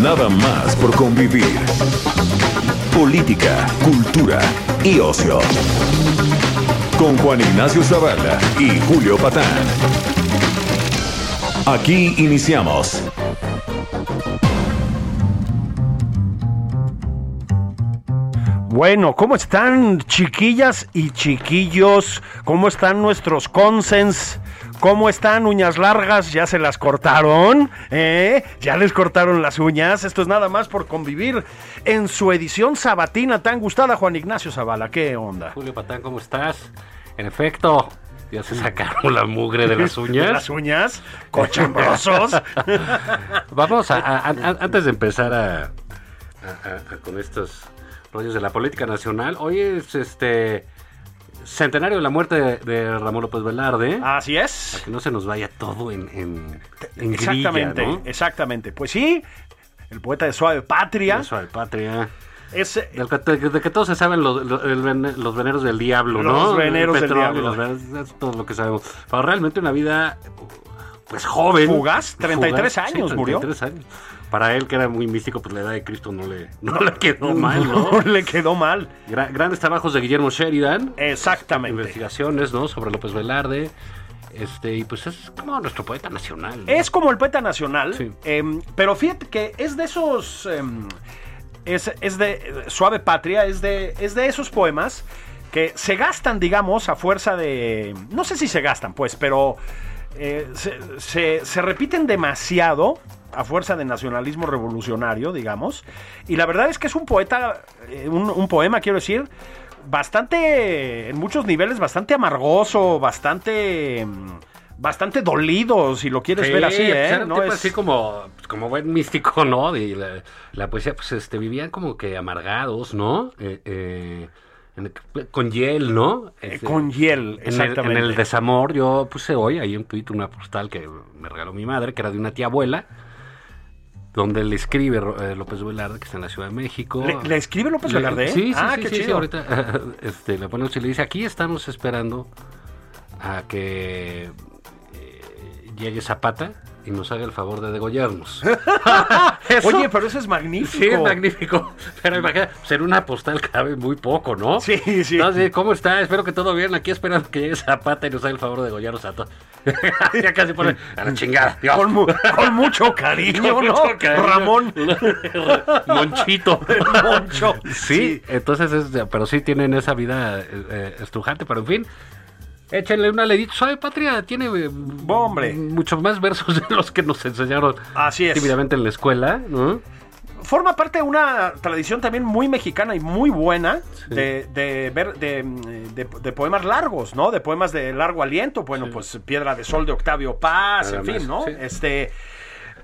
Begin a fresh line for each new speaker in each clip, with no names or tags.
Nada más por convivir. Política, cultura y ocio. Con Juan Ignacio Zavala y Julio Patán. Aquí iniciamos.
Bueno, ¿cómo están chiquillas y chiquillos? ¿Cómo están nuestros consens? ¿Cómo están uñas largas? ¿Ya se las cortaron? ¿Eh? ¿Ya les cortaron las uñas? Esto es nada más por convivir en su edición sabatina tan gustada, Juan Ignacio Zavala. ¿Qué onda?
Julio Patán, ¿cómo estás? En efecto, ya se sacaron la mugre de las uñas.
¿De las uñas? ¿Cochambrosos?
Vamos a, a- a- antes de empezar a, a- a- con estos rollos de la política nacional, hoy es este centenario de la muerte de, de Ramón López Velarde.
Así es.
Que no se nos vaya todo en, en, en grilla,
Exactamente,
¿no?
exactamente. Pues sí, el poeta de Suave Patria.
Eso de patria.
Es,
Del que, de, de que todos se saben los, los, el vene- los veneros del diablo,
Los
¿no? El
veneros del
petróleo,
diablo.
los veneros, es todo lo que sabemos. Pero realmente una vida, pues joven.
Fugaz, 33
sí,
años murió.
33 años. Para él, que era muy místico, pues la edad de Cristo no le, no le quedó mal, ¿no?
no le quedó mal.
Gra- grandes trabajos de Guillermo Sheridan.
Exactamente.
Investigaciones, ¿no? Sobre López Velarde. Este, y pues es como nuestro poeta nacional. ¿no?
Es como el poeta nacional,
Sí.
em, pero fíjate que es de esos. em, es, es de eh, Suave Patria, es de, es de esos poemas que se gastan, digamos, a fuerza de. No sé si se gastan, pues, pero eh, se, se- se repiten demasiado a fuerza de nacionalismo revolucionario, digamos. Y la verdad es que es un poeta, eh, un, un poema, quiero decir. Bastante, en muchos niveles, bastante amargoso, bastante, em, bastante dolido, si lo quieres
Sí,
ver así,
pues,
¿eh?
era un
No
tipo
es-
así como, pues, como buen místico, ¿no? Y la, la poesía, pues, este, vivían como que amargados, ¿no? Eh, eh, en- con hiel, ¿no?
Eh,
Este,
con hiel,
en el,
exactamente.
en el desamor, yo puse hoy ahí un tuit, una postal que me regaló mi madre, que era de una tía abuela, donde le escribe eh, López Velarde, que está en la Ciudad de México.
¿Le, le escribe López
Le-
Velarde?
Sí, sí,
ah,
sí,
qué
sí, sí,
chido.
ahorita este, le pone un- le dice, aquí estamos esperando a que eh, llegue Zapata y nos haga el favor de degollarnos. Eso-
Oye, pero eso es magnífico.
Sí, es magnífico. Pero imagínate, ser una postal cabe muy poco, ¿no?
Sí, sí.
Entonces, ¿cómo está? Espero que todo bien. Aquí esperando que llegue Zapata y nos haga el favor de degollarnos a todos. ya casi pone a la chingada. Dios.
Con, mu- con mucho cariño,
Con
¿no?
mucho cariño.
Ramón.
Monchito.
Moncho.
Sí, entonces, es- pero sí tienen esa vida eh, eh, estrujante, pero en fin. Échenle una leidita. Suave Patria tiene eh,
Hombre.
muchos más versos de los que nos enseñaron
Así es.
tímidamente en la escuela, ¿no?
Forma parte de una tradición también muy mexicana y muy buena de, de ver de, de- de poemas largos, ¿no? De poemas de largo aliento. Bueno, pues Piedra de Sol de Octavio Paz, en
Además,
fin, ¿no?
sí.
Este.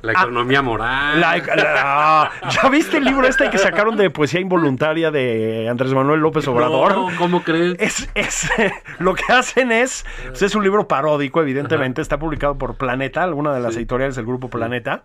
La
Ah.
economía moral.
La- la- ¿Ya viste el libro este que sacaron de poesía involuntaria de Andrés Manuel López Obrador?
No, ¿Cómo crees?
Es, es- lo que hacen es, pues, es un libro paródico, evidentemente, está publicado por Planeta, alguna de las editoriales del grupo Planeta,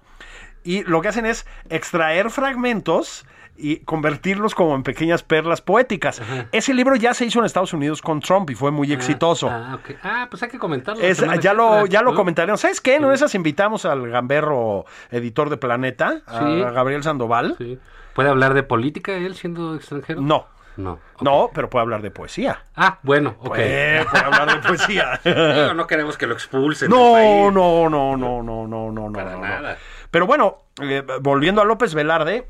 y lo que hacen es extraer fragmentos y convertirlos como en pequeñas perlas poéticas. Ese libro ya se hizo en Estados Unidos con Trump y fue muy exitoso.
Ah, ok. Ah, pues hay que comentarlo. la
Es-
semana
ya
que
lo,
entra,
ya lo
¿no?
comentaremos. ¿Sabes qué? ¿No esas invitamos al gamberro editor de Planeta,
Sí.
a Gabriel Sandoval?
Sí. ¿Puede hablar de política él siendo extranjero?
No,
No.
no, pero puede hablar de poesía.
Ah, bueno, ok.
Eh, puede hablar de poesía.
Digo, no queremos que lo expulsen. del
Pues, No,
país.
no, no, no, no, no, no, no.
Para
no, no.
nada.
Pero bueno, eh, volviendo a López Velarde,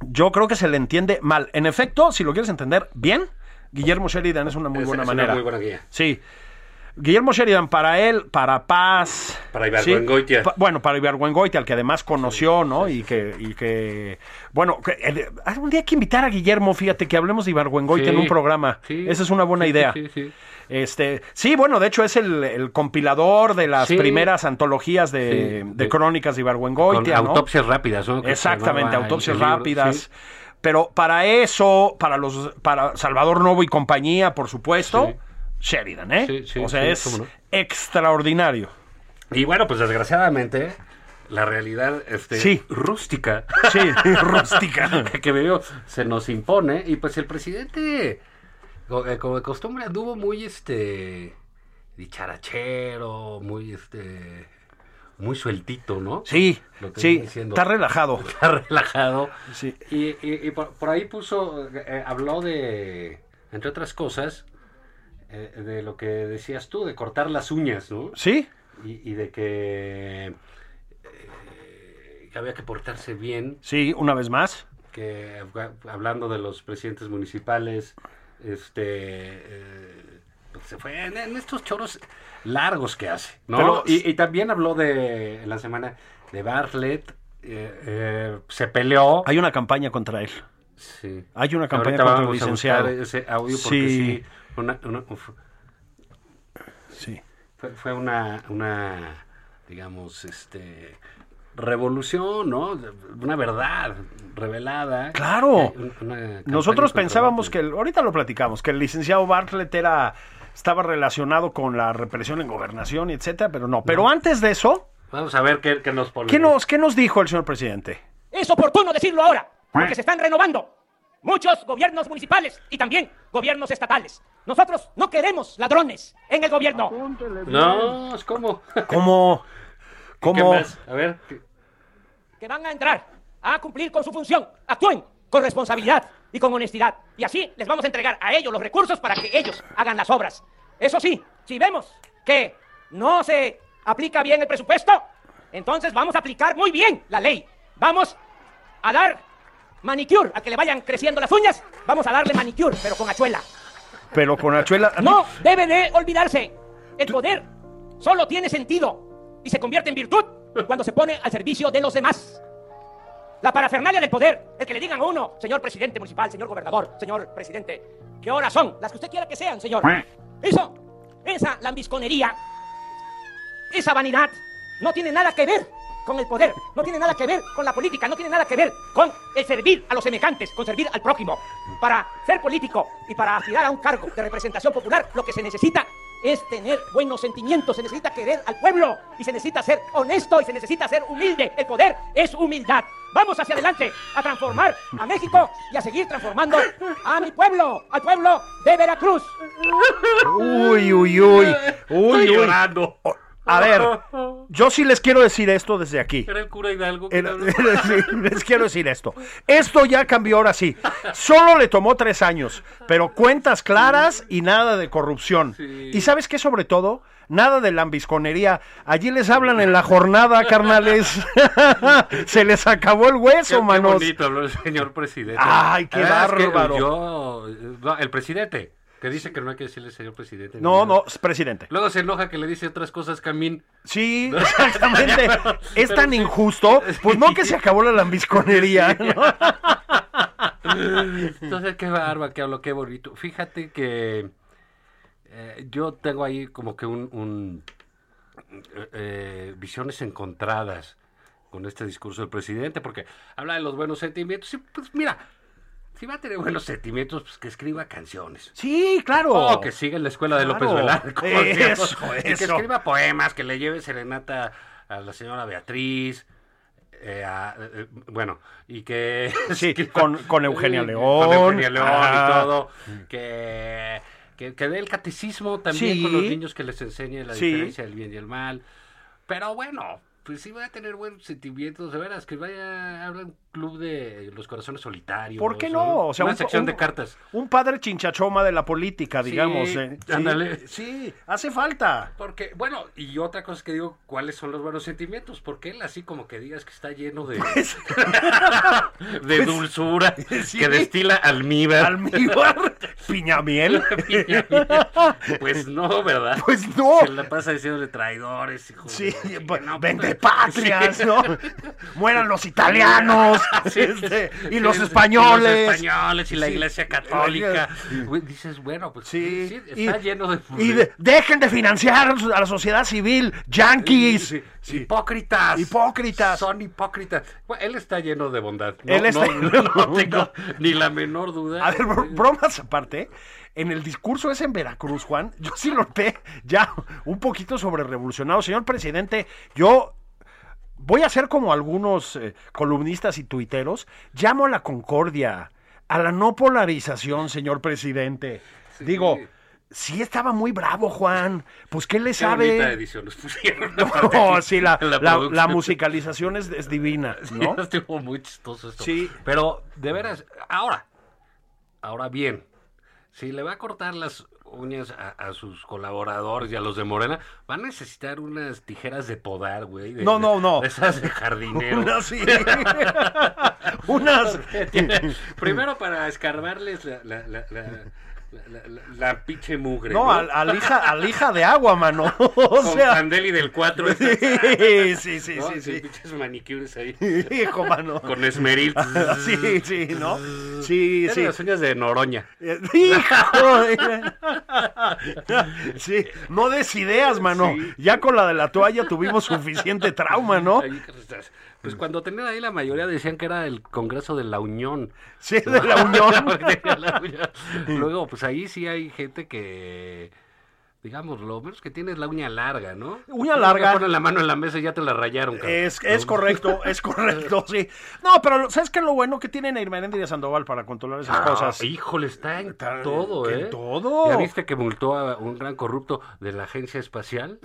yo creo que se le entiende mal. En efecto, si lo quieres entender bien, Guillermo Sheridan es una muy
Es-
buena
es una
manera.
muy buena guía.
Sí. Guillermo Sheridan, para él, para Paz.
Para Ibargüengoitia.
Pa- bueno, para Ibargüengoitia, al que además conoció, ¿no? Y que. Y que bueno, que, eh, algún día hay que invitar a Guillermo, fíjate, que hablemos de Ibargüengoitia
Sí.
en un programa.
Sí.
Esa es una buena
Sí,
idea.
sí, sí.
Este, sí, bueno, de hecho es el, el compilador de las
Sí.
primeras antologías de,
Sí,
de
de-
crónicas de
Con
Ibargüengoitia, ¿no?
autopsias rápidas, ¿no? Que se
Exactamente,
llamaba
autopsias
el libro,
rápidas.
sí.
Pero para eso, para los, para Salvador Novo y compañía, por supuesto, Sheridan, ¿eh?
Sí, sí,
o sea,
sí,
es
cómo no.
extraordinario.
Y bueno, pues desgraciadamente, la realidad este,
Sí.
rústica
Sí, rústica.
que veo se nos impone. Y pues el presidente, co- eh, como de costumbre, anduvo muy este dicharachero, muy este muy sueltito, ¿no?
Sí,
Lo que
sí,
viene siendo.
está relajado.
Está relajado.
Sí.
Y, y- y por, por ahí puso, eh, habló de, entre otras cosas, eh, de lo que decías tú, de cortar las uñas, ¿no?
¿Sí?
Y, y de que, eh, que había que portarse bien,
Sí, una vez más.
que hab- hablando de los presidentes municipales, este eh, pues se fue en, en estos choros largos que hace, ¿no?
Pero-
y, y también habló de en la semana de Bartlett, eh, eh, se peleó.
Hay una campaña contra él.
Sí.
Hay una campaña
Ahorita
contra el
vamos a
licenciado.
buscar ese audio
Sí.
porque sí, una- una- uf,
Sí.
fue, fue una, una, digamos, este revolución, ¿no? Una verdad revelada. Eh,
Claro.
Una- una campaña
Nosotros
contra
pensábamos
Bartlett.
que, el- ahorita lo platicamos, que el licenciado Bartlett era, estaba relacionado con la represión en gobernación, etcétera, pero no. Pero antes de eso,
Vamos a ver qué, qué nos pone.
¿Qué nos, ¿Qué nos dijo el señor presidente?
Es oportuno decirlo ahora, porque se están renovando muchos gobiernos municipales y también gobiernos estatales. Nosotros no queremos ladrones en el gobierno.
No, es como...
¿Cómo?
¿Qué
¿Cómo?
más? A ver, ¿qué-
Que van a entrar a cumplir con su función. Actúen con responsabilidad y con honestidad. Y así les vamos a entregar a ellos los recursos para que ellos hagan las obras. Eso sí, si vemos que no se aplica bien el presupuesto, entonces vamos a aplicar muy bien la ley. Vamos a dar manicure a que le vayan creciendo las uñas. Vamos a darle manicure, pero con hachuela.
Pero con Achuela.
No debe de olvidarse. El poder solo tiene sentido y se convierte en virtud cuando se pone al servicio de los demás. La parafernalia del poder, el que le digan a uno, señor presidente municipal, señor gobernador, señor presidente, ¿qué horas son? Las que usted quiera que sean, señor. Eso, esa lambisconería, esa vanidad, no tiene nada que ver con el poder, no tiene nada que ver con la política, no tiene nada que ver con el servir a los semejantes, con servir al prójimo. Para ser político y para aspirar a un cargo de representación popular, lo que se necesita es tener buenos sentimientos, se necesita querer al pueblo y se necesita ser honesto y se necesita ser humilde. El poder es humildad. Vamos hacia adelante a transformar a México y a seguir transformando a mi pueblo, al pueblo de Veracruz.
Uy, uy, uy. Uy,
Estoy
uy.
llorando. Oh,
O- A ver, yo sí les quiero decir esto desde aquí.
Era el cura Hidalgo. que
Era-
habló.
sí, les quiero decir esto. Esto ya cambió ahora sí. Solo le tomó tres años, pero cuentas claras y nada de corrupción. Y sabes qué, sobre todo, nada de lambisconería. Allí les hablan en la jornada, carnales. Se les acabó el
Qué,
hueso,
qué
manos.
bonito habló el señor presidente.
Ay, qué
La verdad es que
bárbaro.
yo- no, el presidente, que dice que no hay que decirle señor presidente.
No,
ni nada.
no, presidente.
Luego se enoja que le dice otras cosas, Camín.
Sí, exactamente. es
Pero
tan
sí.
injusto. Pues no que se acabó la lambisconería. ¿no?
Entonces, qué barba que hablo, qué bonito. Fíjate que eh, yo tengo ahí como que un, un, eh, eh, visiones encontradas con este discurso del presidente, porque habla de los buenos sentimientos. Y pues mira, si va a tener buenos sentimientos, pues que escriba canciones.
Sí, claro.
Oh, que siga en la escuela de
Claro.
López Velarco.
Eso,
digamos. Y
eso.
Que escriba poemas, que le lleve serenata a la señora Beatriz. eh, a- eh, bueno, y que.
Sí,
escriba-
con- con Eugenia León.
Con Eugenia León
Ah.
y todo. Que, que, que dé el catecismo también
Sí.
con los niños, que les enseñe la
Sí.
diferencia del bien y el mal. Pero bueno. Pues sí, va a tener buenos sentimientos, de veras, que vaya a un club de los corazones solitarios.
¿Por qué no? O sea,
pues, una
un-
sección
un-
de cartas.
Un padre chinchachoma de la política,
Sí,
digamos. ¿eh?
ándale.
Sí, hace falta.
Porque, bueno, y otra cosa que digo, ¿cuáles son los buenos sentimientos? Porque él así como que digas que está lleno de,
Pues,
de dulzura,
sí.
que destila almíbar.
Almíbar. Piñamiel.
Pues no, ¿verdad?
Pues no.
Se la pasa diciéndole traidores, hijo.
Sí,
de-
pues,
no,
vende
pues,
patrias,
sí.
¿no? Mueran los italianos
Sí,
este,
sí,
y los
sí, Y los
españoles.
españoles y la
Sí.
iglesia católica. Güey, Dices, bueno, pues sí,
Sí, y-
está lleno de...
y de- dejen de financiar a la sociedad civil, yanquis.
Sí, sí.
Sí.
Hipócritas.
Hipócritas.
Son hipócritas. Bueno, él está lleno de bondad.
Él está
no,
lleno de
no
bondad.
tengo ni la menor duda.
A ver, bro- bromas aparte, en el discurso ese en Veracruz, Juan, yo sí lo noté ya un poquito sobre revolucionado. Señor presidente, yo voy a ser como algunos eh, columnistas y tuiteros, llamo a la concordia, a la no polarización, señor presidente. Digo, sí estaba muy bravo, Juan. Pues, ¿qué le
Qué bonita
sabe?
edición nos pusieron.
No, Oh, sí, la,
En
la,
producción.
la musicalización es, es divina, ¿no?
Estuvo muy chistoso esto.
Sí.
Pero, de veras, ahora, ahora bien, si le va a cortar las uñas a, a sus colaboradores y a los de Morena, va a necesitar unas tijeras de podar, güey. de-
No, no, no.
de Esas de jardinero.
Unas sí. Unas.
Tiene- Primero para escarbarles la, la, la, la- la- la- la pinche mugre.
No, al, al hija, al hija de agua, mano. O
Con
sea.
Candeli del 4.
Sí, sí, sí,
¿no?
sí,
Sí,
sí.
pinches manicures ahí.
Hijo, mano.
Con esmeril.
Sí, sí, ¿no? Sí,
Tiene
sí. Eh,
las uñas de Noroña.
Hijo. de- Sí, no des ideas, mano.
Sí.
Ya con la de la toalla tuvimos suficiente trauma, ¿no?
Ahí que estás. Pues cuando tenían ahí la mayoría decían que era el Congreso de la Unión.
Sí, de la unión.
La uña. Luego, pues ahí sí hay gente que, digamos, lo menos que tiene es la uña larga, ¿no?
Uña larga.
Te ponen la mano en la mesa y ya te la rayaron. cabrón.
Es, es
¿No?
correcto, es correcto, sí. No, pero lo- ¿sabes qué es lo bueno que tienen a Irmeréndira Sandoval para controlar esas
Ah,
cosas?
Híjole, está en
Está en-
todo,
en
¿eh?
todo.
¿Ya viste que multó a un gran corrupto de la agencia espacial?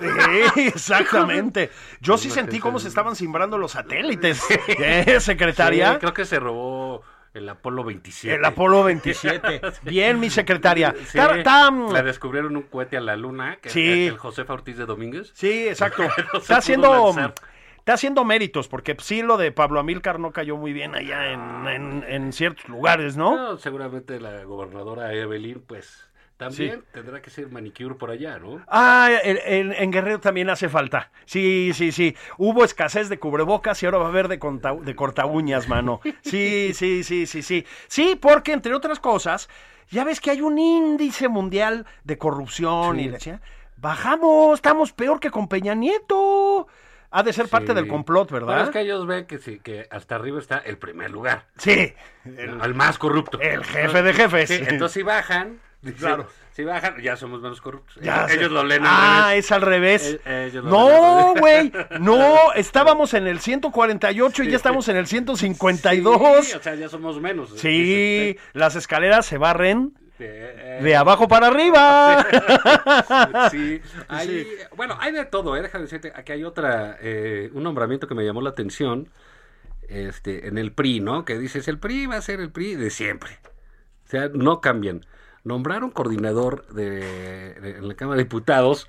Sí, exactamente. Yo sí sentí cómo se estaban simbrando los satélites, ¿eh, secretaria?
Sí, creo que se robó el Apolo 27.
El Apolo 27. Bien, mi secretaria.
Sí,
Tar- tam.
Le descubrieron un cohete a la luna, que
mm, Sí.
el Josefa Ortiz de Domínguez.
Sí, exacto.
se
Está
pudo
haciendo...
lanzar.
Está haciendo méritos, porque sí lo de Pablo Amílcar no cayó muy bien allá en, en- en ciertos lugares, ¿no?
No, Ah, seguramente la gobernadora Evelyn, pues, también
Sí.
tendrá que ser manicure por allá, ¿no?
Ah, en, en- en Guerrero también hace falta. Sí, sí, sí. Hubo escasez de cubrebocas y ahora va a haber de, conta- de cortaúñas, mano. Sí, sí, sí, sí, sí. Sí, porque entre otras cosas, ya ves que hay un índice mundial de corrupción y decía, bajamos, estamos peor que con Peña Nieto. Ha de ser parte
Sí.
del complot,
Bueno,
¿verdad?
es que ellos ven que sí, que hasta arriba está el primer lugar,
Sí,
el, al más corrupto.
el jefe de jefes.
Sí, entonces si bajan,
Claro.
claro. si bajan, ya somos menos corruptos.
Ya
ellos
sé.
lo leen al
Ah,
revés.
es al revés.
Eh, ellos lo
no, güey.
leen
No, estábamos en el 148 y
Sí.
ya estamos en el 152.
Sí,
Sí,
o sea, ya somos menos. Dicen,
las escaleras se barren
eh, eh,
de abajo para arriba.
Sí, hay- bueno, hay de todo, ¿eh? déjame decirte, aquí hay otra, eh, un nombramiento que me llamó la atención, este, en el PRI, ¿no? Que dices, el PRI va a ser el PRI de siempre, o sea, no cambian. Nombraron coordinador de, de- en la Cámara de Diputados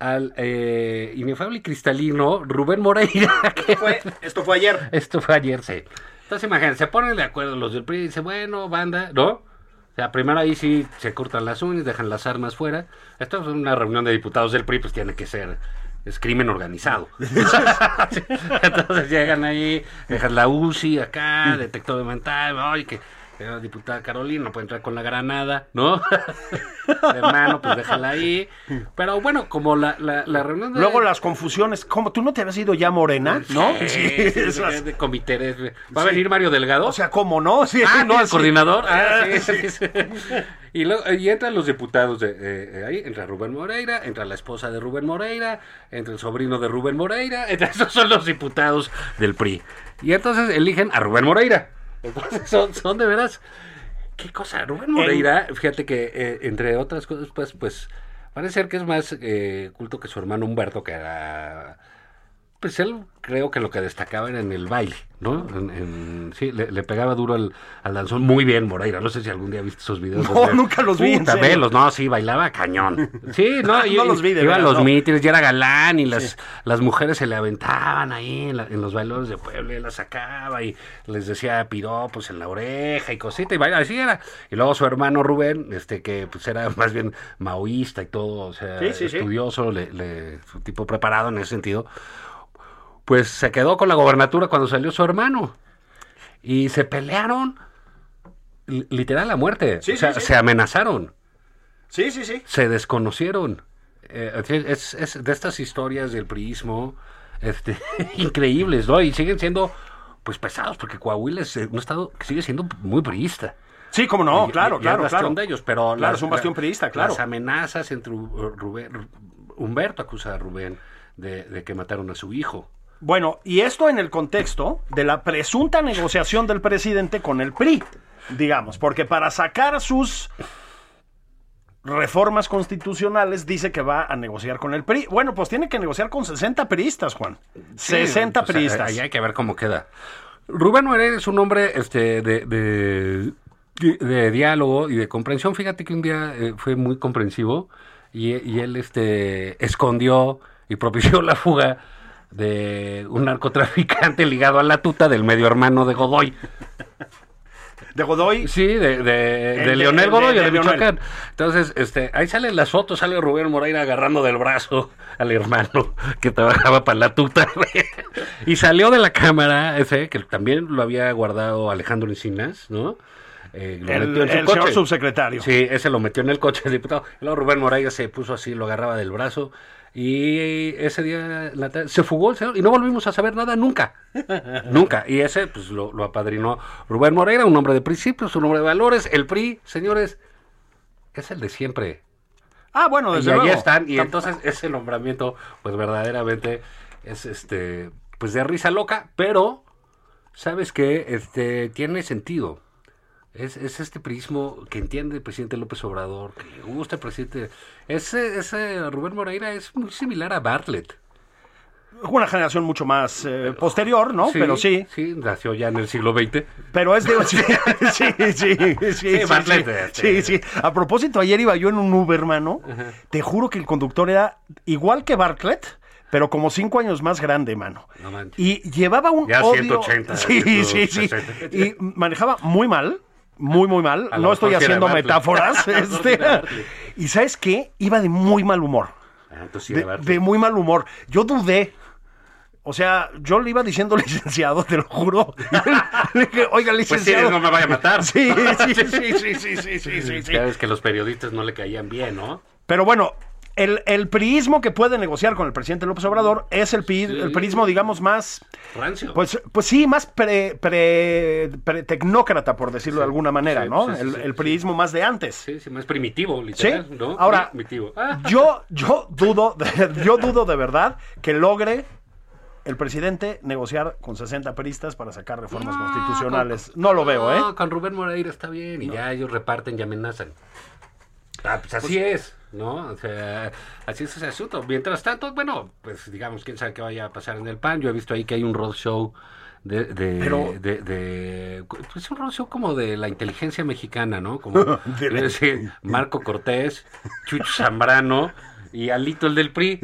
al eh, inefable y cristalino Rubén Moreira, que
esto fue ayer.
esto fue ayer, sí. Entonces imagínense, se ponen de acuerdo los del PRI y dicen, bueno, banda, ¿no? O sea, primero ahí sí se cortan las uñas, dejan las armas fuera. Esto es una reunión de diputados del PRI, pues tiene que ser, es crimen organizado. Sí. Entonces llegan ahí, dejan la UCI acá, detector de mental, ay, que eh, diputada Carolina no puede entrar con la granada, ¿no? Hermano, pues déjala ahí. Pero bueno, como la, la, la reunión de...
Luego las confusiones. ¿Cómo? ¿Tú no te habías ido ya morena? ¿No?
Sí,
Sí,
sí, sí,
esas-
de comités. ¿Va a
Sí.
venir Mario Delgado?
O sea, ¿cómo no? Sí,
ah, no, al
sí.
coordinador. Ah,
Ah,
sí, sí, sí. Y, luego, y entran los diputados de eh, eh, ahí, entra Rubén Moreira, entra la esposa de Rubén Moreira, entra el sobrino de Rubén Moreira, entra- esos son los diputados del PRI. Y entonces eligen a Rubén Moreira. Entonces son, son de veras. ¿Qué cosa? Rubén Moreira, fíjate que eh, entre otras cosas, pues, pues parece ser que es más eh, culto que su hermano Humberto, que era pues él creo que lo que destacaba era en el baile, ¿no? En- en- sí, le, le pegaba duro al, al danzón muy bien, Moreira. No sé si algún día viste esos videos.
No,
donde-
nunca los vi, en
Puta,
serio.
velos. no, sí, bailaba cañón. Sí, no, y-
No los vi, de
iba a
veras,
los
no.
mítines, ya era galán y las, las mujeres se le aventaban ahí en, la- en los bailadores de pueblo, y la sacaba y les decía piropos en la oreja y cosita y bailaba, así era. Y luego su hermano Rubén, este que pues era más bien maoísta y todo, o sea,
Sí, sí, sí.
estudioso, le- le- un tipo preparado en ese sentido, pues se quedó con la gobernatura cuando salió su hermano. Y se pelearon li- literal a muerte.
Sí,
o sea,
sí, sí.
se amenazaron
Sí, sí, sí.
se desconocieron. Eh, así es, es- es de estas historias del priismo este, increíbles, ¿no? Y siguen siendo pues pesados, porque Coahuila es eh, un estado que sigue siendo muy priista.
Sí, cómo no,
Y-
Oh, claro,
y- y es
claro,
bastión
claro.
de ellos, pero
Claro, es un bastión priista, claro.
Las amenazas entre Ru- Rubén- Ru- Humberto acusa a Rubén de, de que mataron a su hijo.
Bueno, y esto en el contexto de la presunta negociación del presidente con el PRI, digamos, porque para sacar sus reformas constitucionales dice que va a negociar con el PRI. Bueno, pues tiene que negociar con 60 priistas, Juan. 60
pues,
priistas.
Ahí hay que ver cómo queda. Rubén Moreira es un hombre este, de, de- de diálogo y de comprensión. Fíjate que un día eh, fue muy comprensivo y, y él este, escondió y propició la fuga de un narcotraficante ligado a la tuta del medio hermano de Godoy.
De Godoy.
Sí, de, de,
El
de
de-
Leonel
el
Godoy,
de-
de,
de Leonel.
Michoacán. Entonces, este, ahí salen las fotos, sale Rubén Moreira agarrando del brazo al hermano que trabajaba para la tuta. y salió de la cámara ese, que también lo había guardado Alejandro Encinas, ¿no? Eh, lo
El,
metió en su
el señor
coche.
subsecretario.
Sí, ese lo metió en el coche el diputado. Y Luego Rubén Moreira se puso así, lo agarraba del brazo. Y ese día en la tarde se fugó el señor y no volvimos a saber nada nunca. nunca. Y ese pues lo, lo apadrinó Rubén Moreira, un hombre de principios, un hombre de valores. El PRI, señores, es el de siempre.
Ah, bueno,
Y
desde
ahí
luego.
están. Y entonces ese nombramiento, pues verdaderamente es este, pues de risa loca, pero sabes que este tiene sentido. Es, es este prismo que entiende el presidente López Obrador, que le gusta el presidente. Ese, ese Rubén Moreira es muy similar a Bartlett.
Una generación mucho más eh, posterior, ¿no? Pero sí.
Sí, nació ya en el siglo XX.
Pero es de. Sí, sí, sí. Sí, sí, sí,
Bartlett,
sí. Sí,
este.
sí. A propósito, ayer iba yo en un Uber, mano. Te juro que el conductor era igual que Bartlett, pero como cinco años más grande, mano.
No manches.
y llevaba un.
Ya
odio...
180,
Sí, sí, sí.
160.
Y manejaba muy mal. Muy, muy mal.
A lo
No estoy
mejor sí era
haciendo
Bartlett.
metáforas.
A lo mejor sí
este.
era Bartlett.
Y ¿sabes qué? Iba de muy mal humor.
Ah, entonces sí era
De,
Bartlett.
de muy mal humor. Yo dudé. O sea, yo le iba diciendo licenciado, te lo juro. Le dije, Oiga,
Pues sí,
licenciado.
no me vaya a matar.
Sí, sí, sí, sí, sí, sí, sí, sí, sí.
Ya ves que los periodistas no le caían bien, ¿no?
Pero bueno, el, el priismo que puede negociar con el presidente López Obrador es el, pi- el priismo, digamos, más.
Rancio.
Pues, pues sí, más pre, pre- pre- tecnócrata, por decirlo de alguna manera,
sí,
¿no?
sí, sí,
el,
sí,
el
sí.
priismo más de antes.
Sí, sí, más primitivo,
Sí.
literal, ¿no?
Ahora,
primitivo. Ah,
yo, yo dudo, de- yo dudo de verdad que logre el presidente negociar con 60 peristas para sacar reformas
No,
constitucionales. No lo veo, ¿eh?
no, con Rubén Moreira está bien, y ya ellos reparten y amenazan. Ah, pues así es, ¿no? O sea, así es ese asunto. Mientras tanto, bueno, pues digamos, quién sabe qué vaya a pasar en el PAN. Yo he visto ahí que hay un roadshow de... de,
Pero-
de, de- es un roadshow como de la inteligencia mexicana, ¿no? Como sí, Marco Cortés, Chucho Zambrano y Alito el del PRI.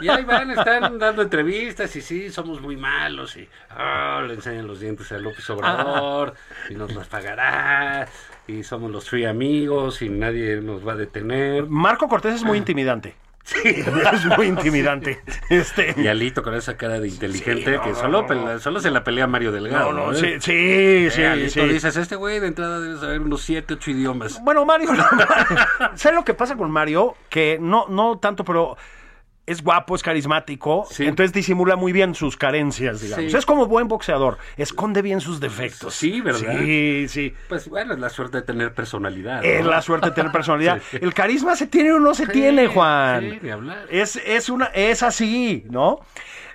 Y ahí van, están dando entrevistas y sí, somos muy malos y ah, le enseñan los dientes a López Obrador y nos las pagará y somos los free amigos y nadie nos va a detener.
Marco Cortés es muy intimidante.
Sí.
Es muy intimidante.
Y
Este.
Alito con esa cara de inteligente que solo, pela- solo se la pelea Mario Delgado.
No, no,
¿eh?
sí, sí,
Eh,
sí.
Alito
sí.
dices, este güey de entrada debe saber unos 7, 8 idiomas.
Bueno, Mario, no, ¿sabes lo que pasa con Mario? Que no, no tanto, pero es guapo, es carismático,
Sí.
entonces disimula muy bien sus carencias, digamos.
Sí.
Es como buen boxeador, esconde bien sus defectos.
Sí, ¿verdad?
Sí, sí.
Pues bueno, es la suerte de tener personalidad. ¿no?
Es la suerte de tener personalidad. El carisma se tiene o no se
Sí,
tiene, Juan.
sí, ni hablar.
Es, es una, es así, ¿no?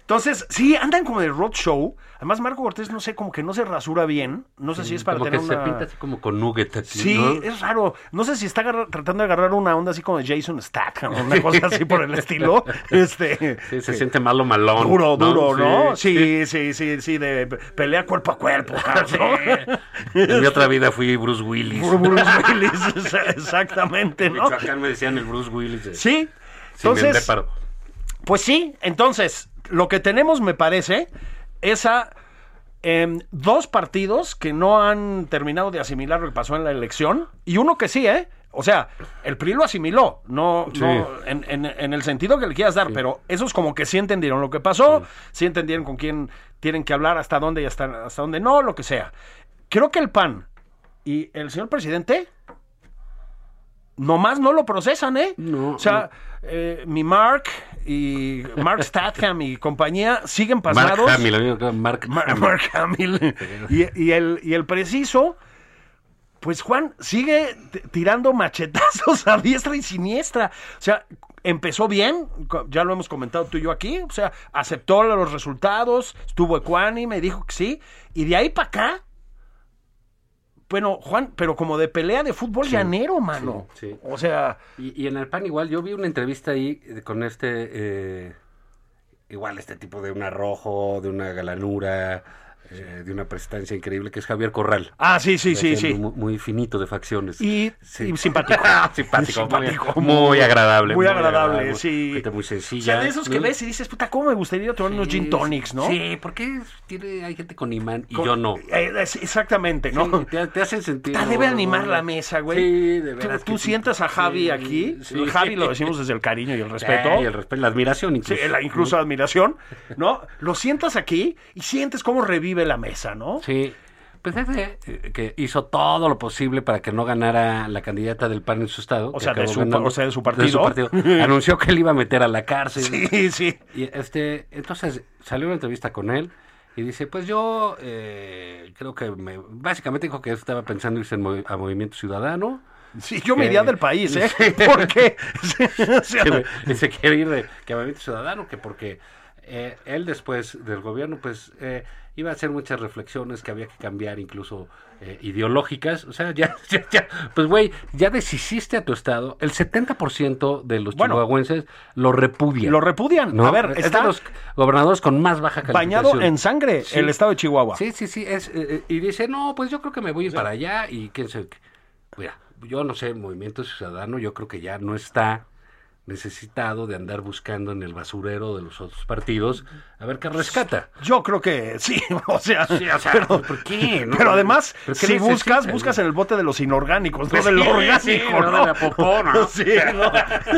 Entonces, sí, andan como de roadshow. Además, Marco Cortés, no sé, como que no se rasura bien. No sé si es para
como que
tener
se
una...
pinta así como con nugget aquí,
Sí,
¿no?
es raro. No sé si está agarra- tratando de agarrar una onda así como de Jason Statham, una cosa así por el estilo. Este,
Sí, se siente malo malón.
Duro,
¿no?
duro, ¿no? Sí, sí, sí, sí, de pelea cuerpo a cuerpo. ¿no?
En mi otra vida fui Bruce Willis.
Bru- Bruce Willis, esa- exactamente,
En
¿no?
Michoacán me decían el Bruce Willis. de-
Sí.
sin el
Entonces,
reparo.
pues sí, entonces, lo que tenemos, me parece, es a em, dos partidos que no han terminado de asimilar lo que pasó en la elección y uno que sí, ¿eh? O sea, el PRI lo asimiló, no,
Sí.
no en, en- en el sentido que le quieras dar, pero esos como que sí entendieron lo que pasó, sí. entendieron con quién tienen que hablar, hasta dónde y hasta, hasta dónde no, lo que sea. Creo que el PAN y el señor presidente nomás no lo procesan, ¿eh?
No,
o sea, eh, mi Mark y Mark Statham y compañía siguen
Mark
pasados.
Hamill, amigo, claro, Mark
Mar-
Hamill.
Mark Hamill. Y, y el, y el preciso, pues Juan sigue t- tirando machetazos a diestra y siniestra. O sea, empezó bien, co- ya lo hemos comentado tú y yo aquí. O sea, aceptó los resultados, estuvo ecuánime, dijo que sí. Y de ahí para acá. Bueno, Juan, pero como de pelea de fútbol llanero, mano.
sí, sí.
O sea,
Y, y en el PAN igual, yo vi una entrevista ahí eh, con este, eh, igual este tipo de un arrojo, de una galanura, eh, de una prestancia increíble, que es Javier Corral.
ah, sí, sí, sí,
Decían,
sí.
Muy, muy finito de facciones.
Y-
Sí. Ah,
y simpático.
simpático,
Simpático,
muy, muy agradable.
Muy agradable, sí.
Gente muy
O
sencilla.
sea, de esos que
¿no?
ves y dices, puta, ¿cómo me gustaría ir a tomar unos
Sí,
gin tonics, no?
Sí, porque tiene, hay gente con imán y
Con-
yo no.
Eh, es- exactamente, ¿no?
Sí, te, te hacen sentir.
Ah, debe animar la mesa, güey.
Sí, de verdad.
Tú, tú sientas a Javi aquí. Pues Javi lo decimos desde el cariño y el respeto.
respeto. Eh, Y el respeto, la admiración
Sí,
incluso.
la incluso admiración, ¿no? Lo sientas aquí y sientes cómo revive la mesa, ¿no?
Sí. Pues ese eh, que hizo todo lo posible para que no ganara la candidata del PAN en su estado.
O
que
sea, de
acabó
su pa-
ganando.
o sea, de su partido.
partido. Anunció que le iba a meter a la cárcel.
Sí, sí.
Y este, entonces salió una entrevista con él y dice, pues yo eh, creo que me, básicamente dijo que estaba pensando irse en movi- a Movimiento Ciudadano.
Sí, yo me iría
Que-
del país, ¿eh? Porque. o sea,
que, me- que se quiere ir de que a Movimiento Ciudadano, que porque eh, él después del gobierno, pues eh, iba a hacer muchas reflexiones que había que cambiar, incluso eh, ideológicas. O sea, ya, ya, ya, pues güey, ya deshiciste a tu estado. El 70% de los
Bueno.
chihuahuenses lo repudian.
Lo repudian.
¿no?
A ver,
es
está
de los gobernadores con más baja calificación.
bañado en sangre
Sí.
el estado de Chihuahua.
Sí, sí, sí. Es, eh, eh, y dice, no, pues yo creo que me voy a ir para allá y quién sabe. qué. Mira, yo no sé, Movimiento Ciudadano, yo creo que ya no está necesitado de andar buscando en el basurero de los otros partidos a ver qué rescata.
Yo creo que sí, o sea,
Sí, o sea,
pero,
¿por qué, no?
pero además,
¿Pero qué
si
necesitas,
buscas,
no?
buscas en el bote de los inorgánicos, no
Pues
del
sí,
orgánico,
sí,
¿no?
no de la popona, ¿no?
Sí, no,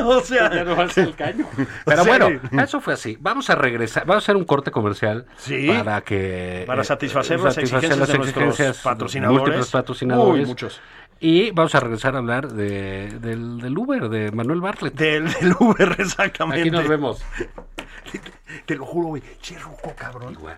o
Ya
sea,
no vas al caño. Pero
Sí.
bueno, eso fue así. Vamos a regresar, vamos a hacer un corte comercial
Sí.
para que eh,
Para satisfacer las exigencias de nuestros patrocinadores.
múltiples patrocinadores.
Uy, muchos.
Y vamos a regresar a hablar de, del, del Uber, de Manuel Bartlett.
del, del Uber, exactamente.
Aquí nos vemos.
Te lo juro, güey, che ruco, cabrón.
Igual.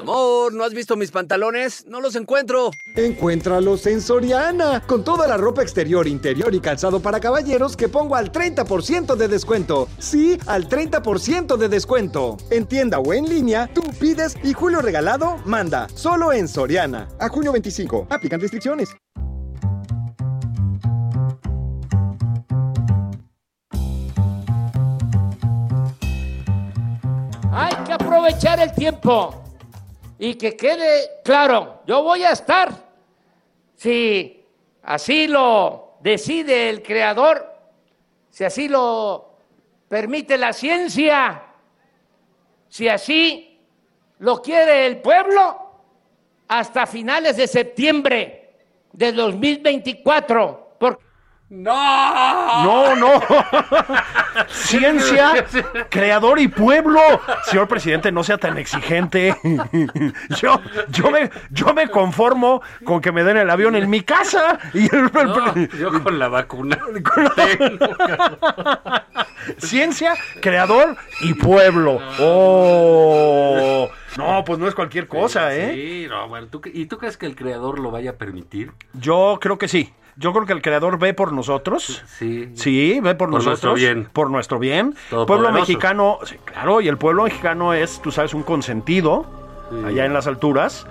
Amor, ¿no has visto mis pantalones? No los encuentro.
Encuéntralos en Soriana, con toda la ropa exterior, interior y calzado para caballeros que pongo al 30% de descuento. Sí, al 30% de descuento. En tienda o en línea, tú pides y Julio Regalado manda, solo en Soriana. A junio 25, aplican restricciones.
Hay que aprovechar el tiempo y que quede claro, yo voy a estar, si así lo decide el creador, si así lo permite la ciencia, si así lo quiere el pueblo, hasta finales de septiembre de 2024. Porque
¡No!
No, no. Ciencia, creador y pueblo. Señor presidente, no sea tan exigente. Yo, yo, me, yo me conformo con que me den el avión en mi casa. Y el-
No, yo con la vacuna.
Ciencia, creador y pueblo. Oh. No, pues no es cualquier cosa, ¿eh?
Sí, no, bueno, ¿tú cre- ¿y tú crees que el creador lo vaya a permitir?
Yo creo que sí. Yo creo que el creador ve por nosotros.
Sí.
Sí, ve por,
Por
nosotros.
nuestro bien.
Por nuestro bien.
Todopoderoso.
pueblo mexicano, sí, claro, y el pueblo mexicano es, tú sabes, un consentido
Sí.
allá en las alturas.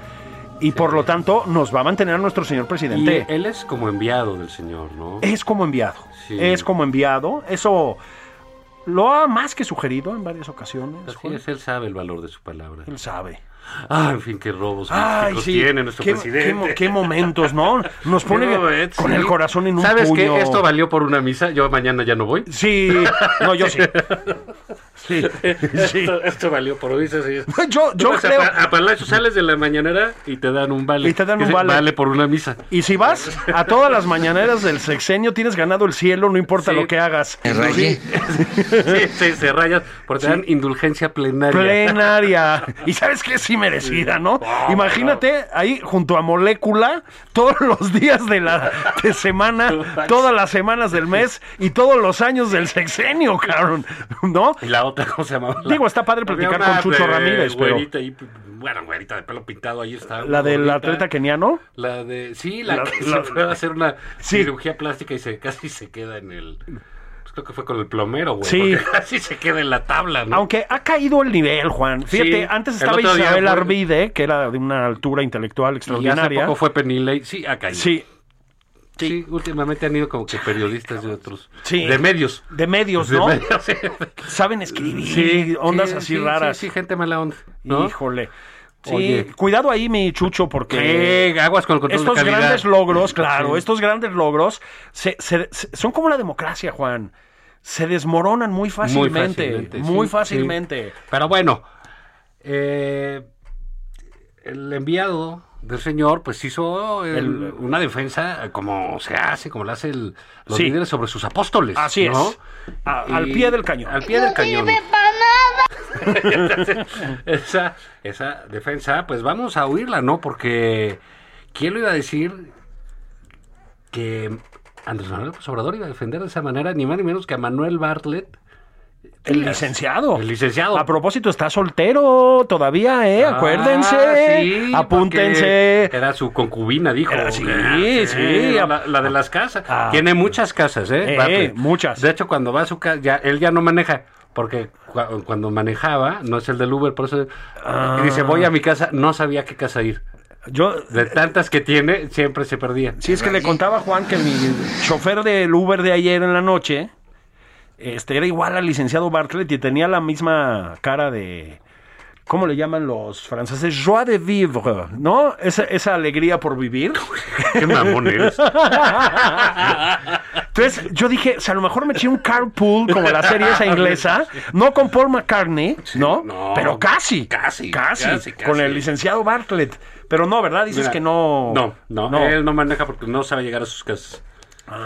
Y por lo tanto, nos va a mantener nuestro señor
Y eh,
presidente.
él es como enviado del Señor, ¿no?
Es como enviado.
Sí.
Es como enviado. Eso lo ha más que sugerido en varias ocasiones.
Así
Juan.
es, él sabe el valor de su palabra.
Él sabe.
Ah, en fin, qué robos místicos tiene nuestro
qué,
presidente.
qué mo- qué momentos, ¿no? Nos pone
Qué momento,
con
¿eh? sí.
el corazón en un
¿Sabes
puño.
qué? Esto valió por una misa. Yo mañana ya no voy.
Sí, no, yo sí. Sí, sí.
Esto, esto valió por misa. sí.
Yo,
Tú
yo
vas a
creo.
Pa- A, Palacio sales de la mañanera y te dan un vale.
Y te dan un
Dice,
vale.
por una misa.
Y si vas a todas las mañaneras del sexenio, tienes ganado el cielo, no importa
Sí.
lo que hagas.
sí, sí, se rayas. Porque te dan indulgencia plenaria.
Plenaria. Y sabes que sí merecida, ¿no?
Wow,
Imagínate ahí junto a molécula todos los días de la de semana, todas las semanas del mes y todos los años del sexenio, cabrón. ¿No?
y la otra, ¿cómo se llamaba?
Digo, está padre
Había
platicar
una
con Chucho
de
Ramírez, pero-
güerita ahí, bueno, güerita de pelo pintado, ahí está.
La del
gordita.
atleta keniano.
La de. Sí, la,
La-
que
la-
se fue a hacer una
Sí.
cirugía plástica y se casi se queda en el. pues creo que fue con el plomero, güey.
Sí.
porque Casi se queda en la tabla, ¿no?
Aunque ha caído el nivel, Juan. Fíjate,
Sí,
antes
el
estaba
otro día
Isabel
fue-
Arvide, que era de una altura intelectual
Y hace
extraordinaria.
poco fue Penilei. Sí, ha caído.
Sí,
Sí, últimamente han ido como que periodistas de otros.
Sí.
De medios.
de medios,
De
¿no?
medios, sí.
Saben escribir. Sí, ondas
sí,
así
sí,
raras.
Sí, sí, gente mala onda. ¿no?
Híjole. Sí,
Oye.
cuidado ahí, mi chucho, porque
¿Qué? Aguas con el control
estos
de calidad.
grandes logros, claro,
Sí.
estos grandes logros se- se- se- son como la democracia, Juan. Se desmoronan muy
Muy
fácilmente. Muy fácilmente.
fácilmente. sí, sí. Pero bueno, eh, el enviado del señor pues hizo el-
El-
una defensa como se hace, como la hace el- los
Sí.
líderes sobre sus apóstoles.
Así
¿no?
es. A- al
Y-
pie del cañón.
Al pie del cañón. esa, esa defensa, pues vamos a oírla, ¿no? Porque ¿quién lo iba a decir que Andrés Manuel López Obrador iba a defender de esa manera ni más ni menos que a Manuel Bartlett?
El licenciado.
El licenciado.
A propósito, está soltero todavía, ¿eh?
Ah,
Acuérdense.
sí,
apúntense.
porque Era su concubina, dijo.
Era- sí,
Ah,
sí.
La, la de las casas.
Ah.
Tiene muchas casas, ¿eh?
Eh,
Bartlett.
muchas.
De hecho, cuando va a su casa, ya, él ya no maneja. Porque cu- cuando manejaba, no es el del Uber, por eso.
Ah.
y dice, voy a mi casa, no sabía a qué casa ir.
Yo.
De tantas que tiene, siempre se perdía.
Sí, es que le contaba a Juan que mi chofer del Uber de ayer en la noche este, era igual al licenciado Bartlett y tenía la misma cara de. ¿Cómo le llaman los franceses? Joie de vivre, ¿no? Esa, esa alegría por vivir.
Qué mamón eres.
Entonces yo dije, si a lo mejor me eché un carpool como la serie esa inglesa, no con Paul McCartney, ¿no?
no,
Pero casi,
casi,
casi,
casi,
con el
casi.
licenciado Bartlett. Pero no, ¿verdad? Dices
Mira,
que no.
No, no, él no maneja porque no sabe llegar a sus casas.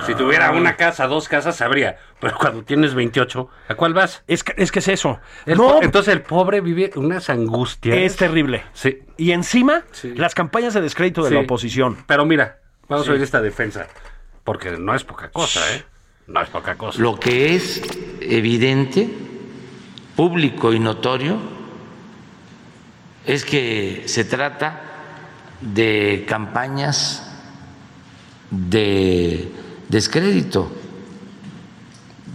Si
Ah.
tuviera una casa, dos casas, sabría. Pero cuando tienes 28, ¿a cuál vas?
Es que, es que es eso.
El
no, Este
po- entonces el pobre vive unas angustias.
es terrible.
Sí.
Y encima,
Sí.
las campañas de descrédito de
Sí.
la oposición.
Pero mira, vamos a oír esta defensa. Porque no es poca cosa, ¿eh? No es poca cosa.
Lo que es evidente, público y notorio, es que se trata de campañas de descrédito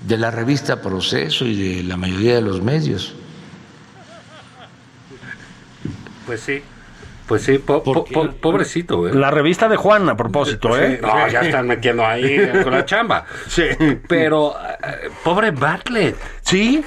de la revista Proceso y de la mayoría de los medios.
Pues sí. Pues sí, po- po- po- pobrecito, ¿eh?
La revista de Juan, a propósito, ¿eh?
Sí, No, ya están metiendo ahí con la chamba.
Sí.
Pero, eh, pobre Bartlett.
Sí.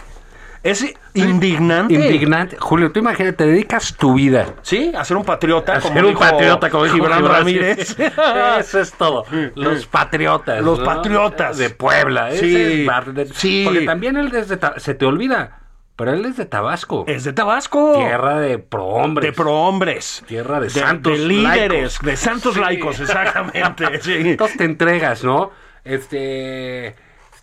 Es indignante.
Indignante. Julio, tú imagínate, te dedicas tu vida
Sí, a ser un patriota.
a
como
ser un
dijo
patriota como dijo
Gibran
Gibran.
Ramírez.
Eso es todo. Los patriotas.
Los
¿no?
patriotas.
De Puebla. Ese
Sí,
es bar- de-
sí.
Porque también él es de Ta- Se te olvida. Pero él es de Tabasco.
es de Tabasco.
Tierra de prohombres.
De prohombres.
Tierra de santos
De líderes.
laicos.
De santos
Sí.
laicos, exactamente. sí.
Entonces te entregas, ¿no? Este.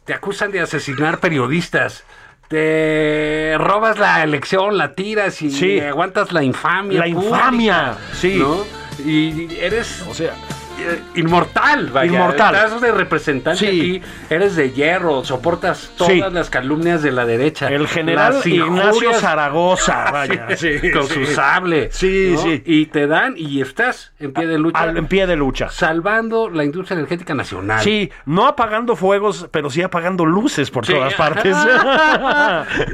Te acusan de asesinar periodistas. Te robas la elección, la tiras y
Sí.
aguantas la infamia.
La infamia. Sí.
¿no? Y eres
O sea,
eh, inmortal, vaya.
Inmortal.
Estás de representante
Sí.
aquí, eres de hierro, soportas todas
Sí.
las calumnias de la derecha.
el general
las
Ignacio
injurias
Zaragoza, vaya. sí,
con
sí.
su sable.
Sí,
¿no?
sí.
Y te dan y estás en pie de lucha.
Al- en pie de lucha.
Salvando la industria energética nacional.
Sí, no apagando fuegos, pero sí apagando luces por
Sí.
todas partes.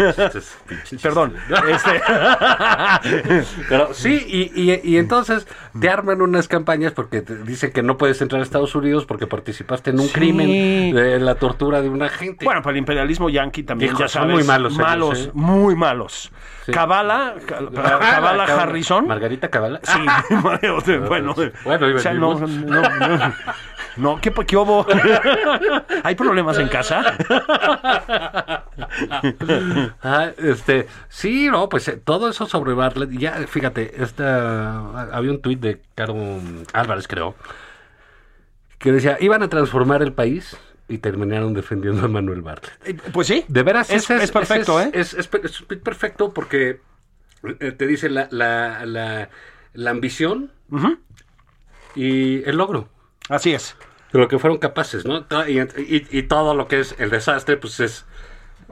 Entonces, pinches
Perdón. Este,
Este. Pero sí, y, y- y entonces te arman unas campañas porque te dicen que no puedes entrar a Estados Unidos porque participaste en un
Sí.
crimen de la tortura de una gente.
bueno, para el imperialismo yanqui también,
Hijo,
ya
son
sabes.
muy malos ellos,
Malos,
¿eh?
muy malos.
Sí.
Cabala,
Ah,
Cabala
Cabala. Ah,
Harrison.
Margarita Cabala.
Sí, bueno,
Bueno, iba
o sea,
a
no,
decir,
no, no, no, ¿qué, qué hubo? ¿Hay problemas en casa?
Ah, este, sí, no, pues eh, todo eso sobre Bartlett. Ya, fíjate, esta, ah, había un tuit de Caro Álvarez, creo, que decía, iban a transformar el país y terminaron defendiendo a Manuel Bartlett.
Eh, Pues sí,
De veras,
es,
ese
es perfecto,
ese
¿eh?
es- Es, per- es per- perfecto porque eh, te dice la, la, la, la ambición y el logro.
Así es.
de lo que fueron capaces, ¿no? To- Y, y- y todo lo que es el desastre, pues es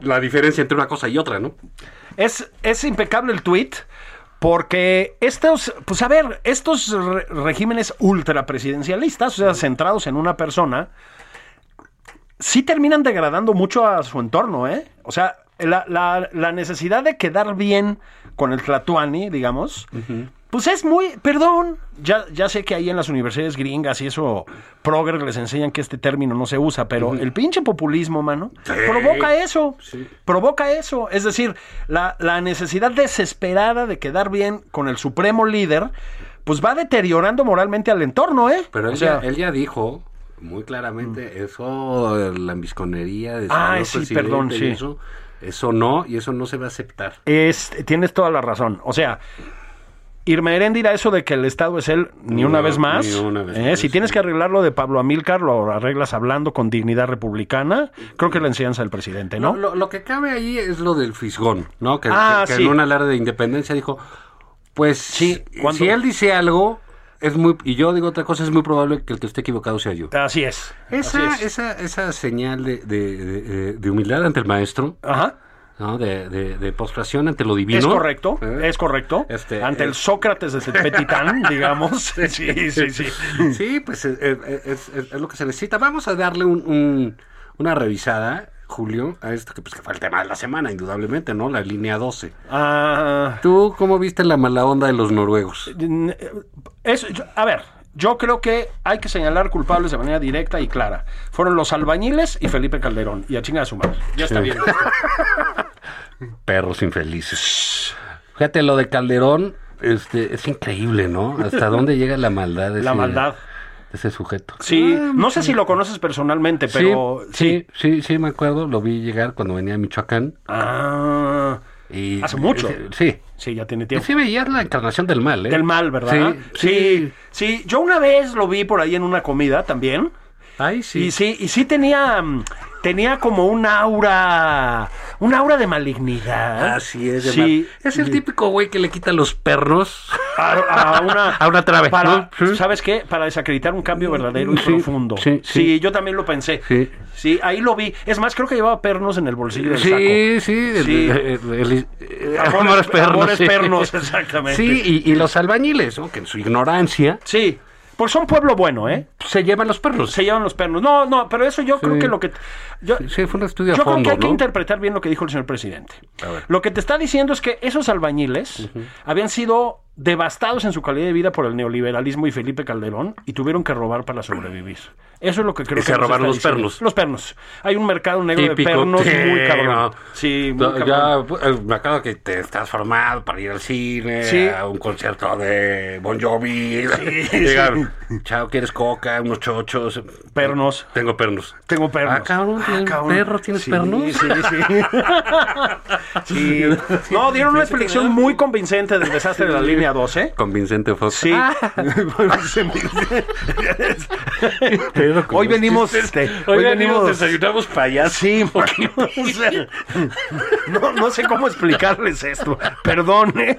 la diferencia entre una cosa y otra, ¿no?
Es, es impecable el tweet porque estos, pues a ver, estos re- regímenes ultrapresidencialistas, o sea, centrados en una persona, sí terminan degradando mucho a su entorno, ¿eh? O sea, la, la- la necesidad de quedar bien con el Tlatuani, digamos, pues es muy, perdón, ya, ya sé que ahí en las universidades gringas y eso, progres les enseñan que este término no se usa, pero el pinche populismo, mano, provoca eso, provoca eso. Es decir, la, la necesidad desesperada de quedar bien con el supremo líder, pues va deteriorando moralmente al entorno, ¿eh?
Pero
O
él,
sea,
ya, él ya dijo muy claramente eso, la ambisconería de
Ah,
señor
sí,
presidente
perdón,
y
sí.
Eso, eso no, y eso no se va a aceptar.
Es- tienes toda la razón. O sea, Irma Heréndira, eso de que el Estado es él, ni una
No,
vez más.
ni una vez
¿eh?
más,
si tienes
sí.
que arreglar lo de Pablo Amílcar, lo arreglas hablando con dignidad republicana. Creo que es la enseñanza del presidente, ¿no?
Lo, lo- lo que cabe ahí es lo del fisgón, ¿no? Que,
Ah,
que- que
sí.
en un alarde de independencia dijo, pues sí,
cuando-
si él dice algo, es muy y yo digo otra cosa, es muy probable que el que esté equivocado sea yo.
Así es.
Esa,
así es.
esa, esa señal de, de- de- de- de humildad ante el maestro,
Ajá.
¿no? de, de, de postración ante lo divino.
Es correcto,
¿Eh?
es correcto.
Este,
Ante
eh,
el Sócrates de Petitán, digamos. Sí, sí, sí.
Sí, pues eh, eh, es, es- es lo que se necesita. Vamos a darle un- un- una revisada, Julio, a esto que, pues, que fue el tema de la semana, indudablemente, ¿no? La línea 12.
Ah,
¿Tú cómo viste la mala onda de los noruegos?
Es- yo- a ver, yo creo que hay que señalar culpables de manera directa y clara. Fueron los albañiles y Felipe Calderón. Y a chingar a su madre. Ya está bien.
Perros infelices. Fíjate, lo de Calderón este, es increíble, ¿no? ¿Hasta dónde llega la maldad de,
La
ese,
maldad.
de ese sujeto?
Sí, no sé si lo conoces personalmente, pero
Ah, sí, sí, sí, sí, me acuerdo. Lo vi llegar cuando venía a Michoacán.
Ah,
Y, eh,
Hace mucho.
Sí.
sí, ya tiene
Y
tiempo.
sí veías la encarnación del mal, ¿eh?
Del mal, ¿verdad?
Sí. sí.
sí. Yo una vez lo vi por ahí en una comida también.
Ay,
Y sí, y sí tenía, mm, tenía como un aura, un aura de malignidad.
Así es, de
Sí.
mal. Es el típico güey que le quita los perros
A, a una,
a una trave.
para,
¿no? Sí.
¿sabes qué? Para desacreditar un cambio verdadero y
Sí,
profundo.
sí, sí.
yo también lo pensé.
Sí.
Sí, ahí lo vi. Es más, creo que llevaba pernos en el bolsillo del saco.
Sí, sí, el-
Sí.
el- el- el-
Amores-
amores pernos.
amores
sí.
pernos, exactamente.
Sí, y, y los albañiles, ¿no? que en su ignorancia
Sí. Pues son pueblo bueno, ¿eh?
se llevan los perros.
Se llevan los pernos. No, no, pero eso yo creo que lo que... Yo,
Sí, fue un estudio a
Yo
fondo,
creo que hay que
¿no?
interpretar bien lo que dijo el señor presidente.
A ver.
Lo que te está diciendo es que esos albañiles habían sido devastados en su calidad de vida por el neoliberalismo y Felipe Calderón y tuvieron que robar para sobrevivir. Eso es lo que creo
Y
que
se
nos está
robaron los
diciendo.
pernos.
Los pernos. Hay un mercado negro
Típico
de pernos muy
tema.
cabrón. Sí, muy
No,
cabrón.
ya eh, me acuerdo que te estás formado para ir al cine,
Sí.
a un concierto de Bon Jovi. Llegaron, chao, ¿quieres coca? Unos chochos.
Pernos.
Tengo pernos.
Tengo pernos.
Ah, cabrón, ¿tienes perro? ¿Tienes
Sí,
pernos?
Sí, sí. Sí. No, dieron una explicación muy convincente del desastre de la línea 12.
Con Vicente Fox. Ah,
Sí. hoy venimos, este,
Hoy venimos, desayunamos payaso.
Sí, porque, o sea, no, no sé cómo explicarles esto. Perdón, ¿eh?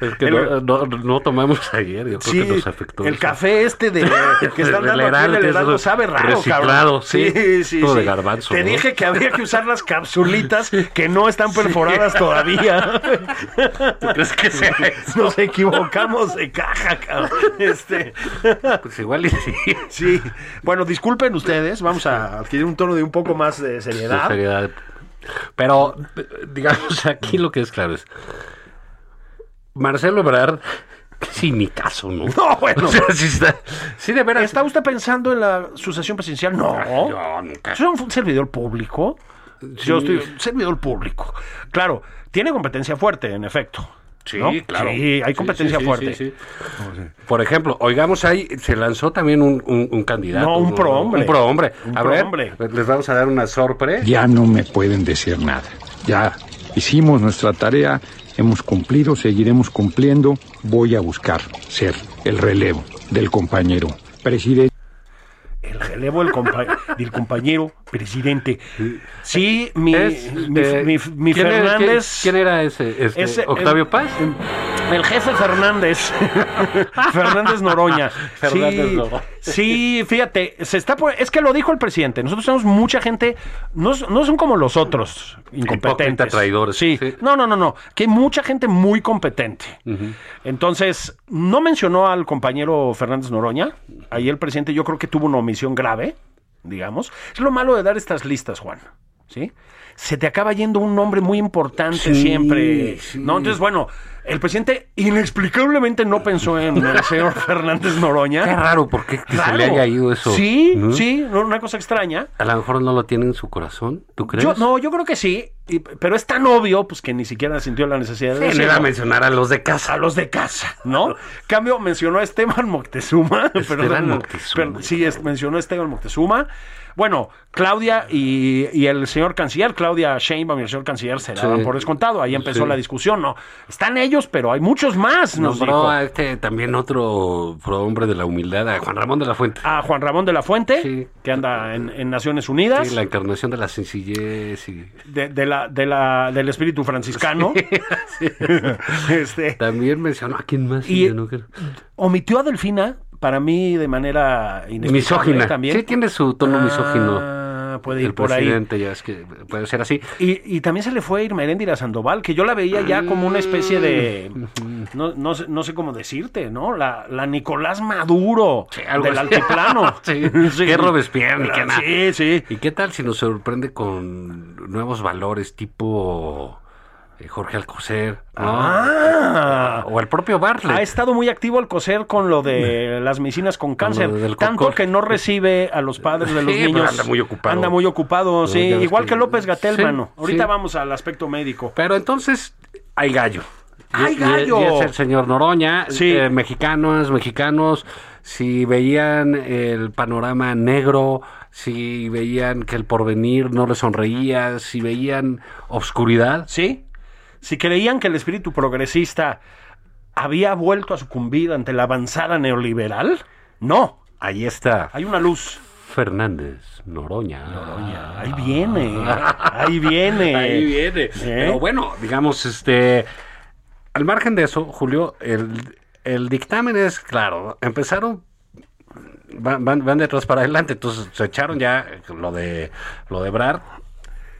Es que
El-
no, no- no tomamos ayer, yo creo
Sí,
que nos afectó.
el
eso.
café este de que están dando
Del
aquí en
Heraldo,
el Heraldo
eso,
sabe raro,
reciclado,
cabrón.
sí,
sí, sí.
todo de
sí.
garbanzo,
Te
¿no?
dije que había que usar las capsulitas que no están perforadas todavía.
¿Tú crees que sea eso?
Nos equivocamos de caja, cabrón. Este,
Pues igual y sí.
sí. Bueno, disculpen ustedes, vamos a adquirir un tono de un poco más de seriedad.
Seriedad. Pero, eh, digamos, aquí lo que es claro es. Marcelo Ebrard, mi caso, ¿no?
No, bueno.
O sea, sí, está, sí de veras.
¿Está usted pensando en la sucesión presidencial? No.
Ay, yo nunca.
Yo soy un servidor público. Yo estoy un servidor público. Claro, tiene competencia fuerte, en efecto.
Sí,
¿no?
claro.
Sí, hay
Sí,
competencia
sí, sí,
fuerte.
sí, sí. Por ejemplo, oigamos ahí, se lanzó también un, un- un candidato.
No, un prohombre.
Un prohombre.
Un
a ver,
prohombre.
les vamos a dar una sorpresa.
ya no me pueden decir nada. Ya hicimos nuestra tarea, hemos cumplido, seguiremos cumpliendo. Voy a buscar ser el relevo del compañero presidente.
El relevo del, compa- del compañero presidente. Sí, mi,
Es,
mi-
eh,
mi- mi
¿quién era-
Fernández.
¿Quién, quién era ese? Este,
Ese,
¿Octavio
el-
Paz?
El jefe Fernández. Fernández Noroña.
Fernández
sí,
Noroña.
sí, fíjate, se está por- es que lo dijo el presidente. Nosotros tenemos mucha gente, no, s- no son como los otros
Hipócrita,
incompetentes.
traidores.
Sí.
Sí.
No, no, no, no. Que hay mucha gente muy competente. Entonces, no mencionó al compañero Fernández Noroña. Ahí el presidente yo creo que tuvo una omisión grave, digamos. Es lo malo de dar estas listas, Juan. ¿Sí? Se te acaba yendo un nombre muy importante
Sí,
siempre.
sí.
No, entonces, bueno, el presidente inexplicablemente no pensó en el señor Fernández Noroña.
Qué raro, porque que se
Claro.
le haya ido eso.
Sí,
¿no?
sí, no, una cosa extraña.
A lo mejor no lo tiene en su corazón, ¿tú crees?
Yo, no, yo creo que sí, y- pero es tan obvio pues que ni siquiera sintió la necesidad de
Sí, no
decirlo.
iba a mencionar a los de casa.
a los de casa, ¿no? Cambio mencionó a Esteban Moctezuma. perdón,
Moctezuma.
per- sí, es- mencionó a Esteban Moctezuma. Bueno, Claudia y, y el señor canciller, Claudia Sheinbaum y el señor canciller se daban
Sí.
por descontado. Ahí empezó
Sí.
la discusión, ¿no? Están ellos, pero hay muchos más, nos
Nombró
dijo.
a este también otro hombre de la humildad, a Juan Ramón de la Fuente.
A Juan Ramón de la Fuente,
Sí.
que anda en, en Naciones Unidas.
Sí, la encarnación de la sencillez y
de, de la, de la, del espíritu franciscano. este,
también mencionó a quién más
Y-
Yo no creo.
omitió a Delfina, para mí de manera inexplicable ¿eh?
misógina
también.
sí tiene su tono misógino
Ah, puede ir
el
por
presidente ya es que puede ser así
ahí. Y, y también se le fue Irmeréndira Sandoval, que yo la veía ya como una especie de.
Mm.
No, no, sé- no sé cómo decirte, ¿no? La, la Nicolás Maduro
algo
del
así.
altiplano.
Sí, que Robespierre, que nada.
Sí, sí.
y qué tal si nos sorprende con nuevos valores tipo eh, Jorge Alcocer ¿no?
Ah.
o el propio Bartlett
Ha estado muy activo al coser con lo de las medicinas con cáncer,
lo del
tanto
Cocor.
que no recibe a los padres de los
Sí, pero
niños.
anda muy ocupado.
Anda muy ocupado,
No,
sí,
ya ves
igual que,
que-
López Gatel,
Sí,
mano. Ahorita
sí.
vamos al aspecto médico.
pero entonces hay gallo Y-
¡Hay
y-
gallo!
y es el señor Noroña
Sí.
eh, mexicanos mexicanos si veían el panorama negro si veían que el porvenir no les sonreía si veían obscuridad
¿Sí? Si creían que el espíritu progresista había vuelto a sucumbir ante la avanzada neoliberal, no.
Ahí está
Hay una luz.
Fernández Noroña.
Ahí viene. Ahí viene.
Ah. Ahí viene. Pero bueno, digamos, este. Al margen de eso, Julio, el, el dictamen es claro. Empezaron. Van, van, van de atrás para adelante. Entonces se echaron ya lo de lo de Brad.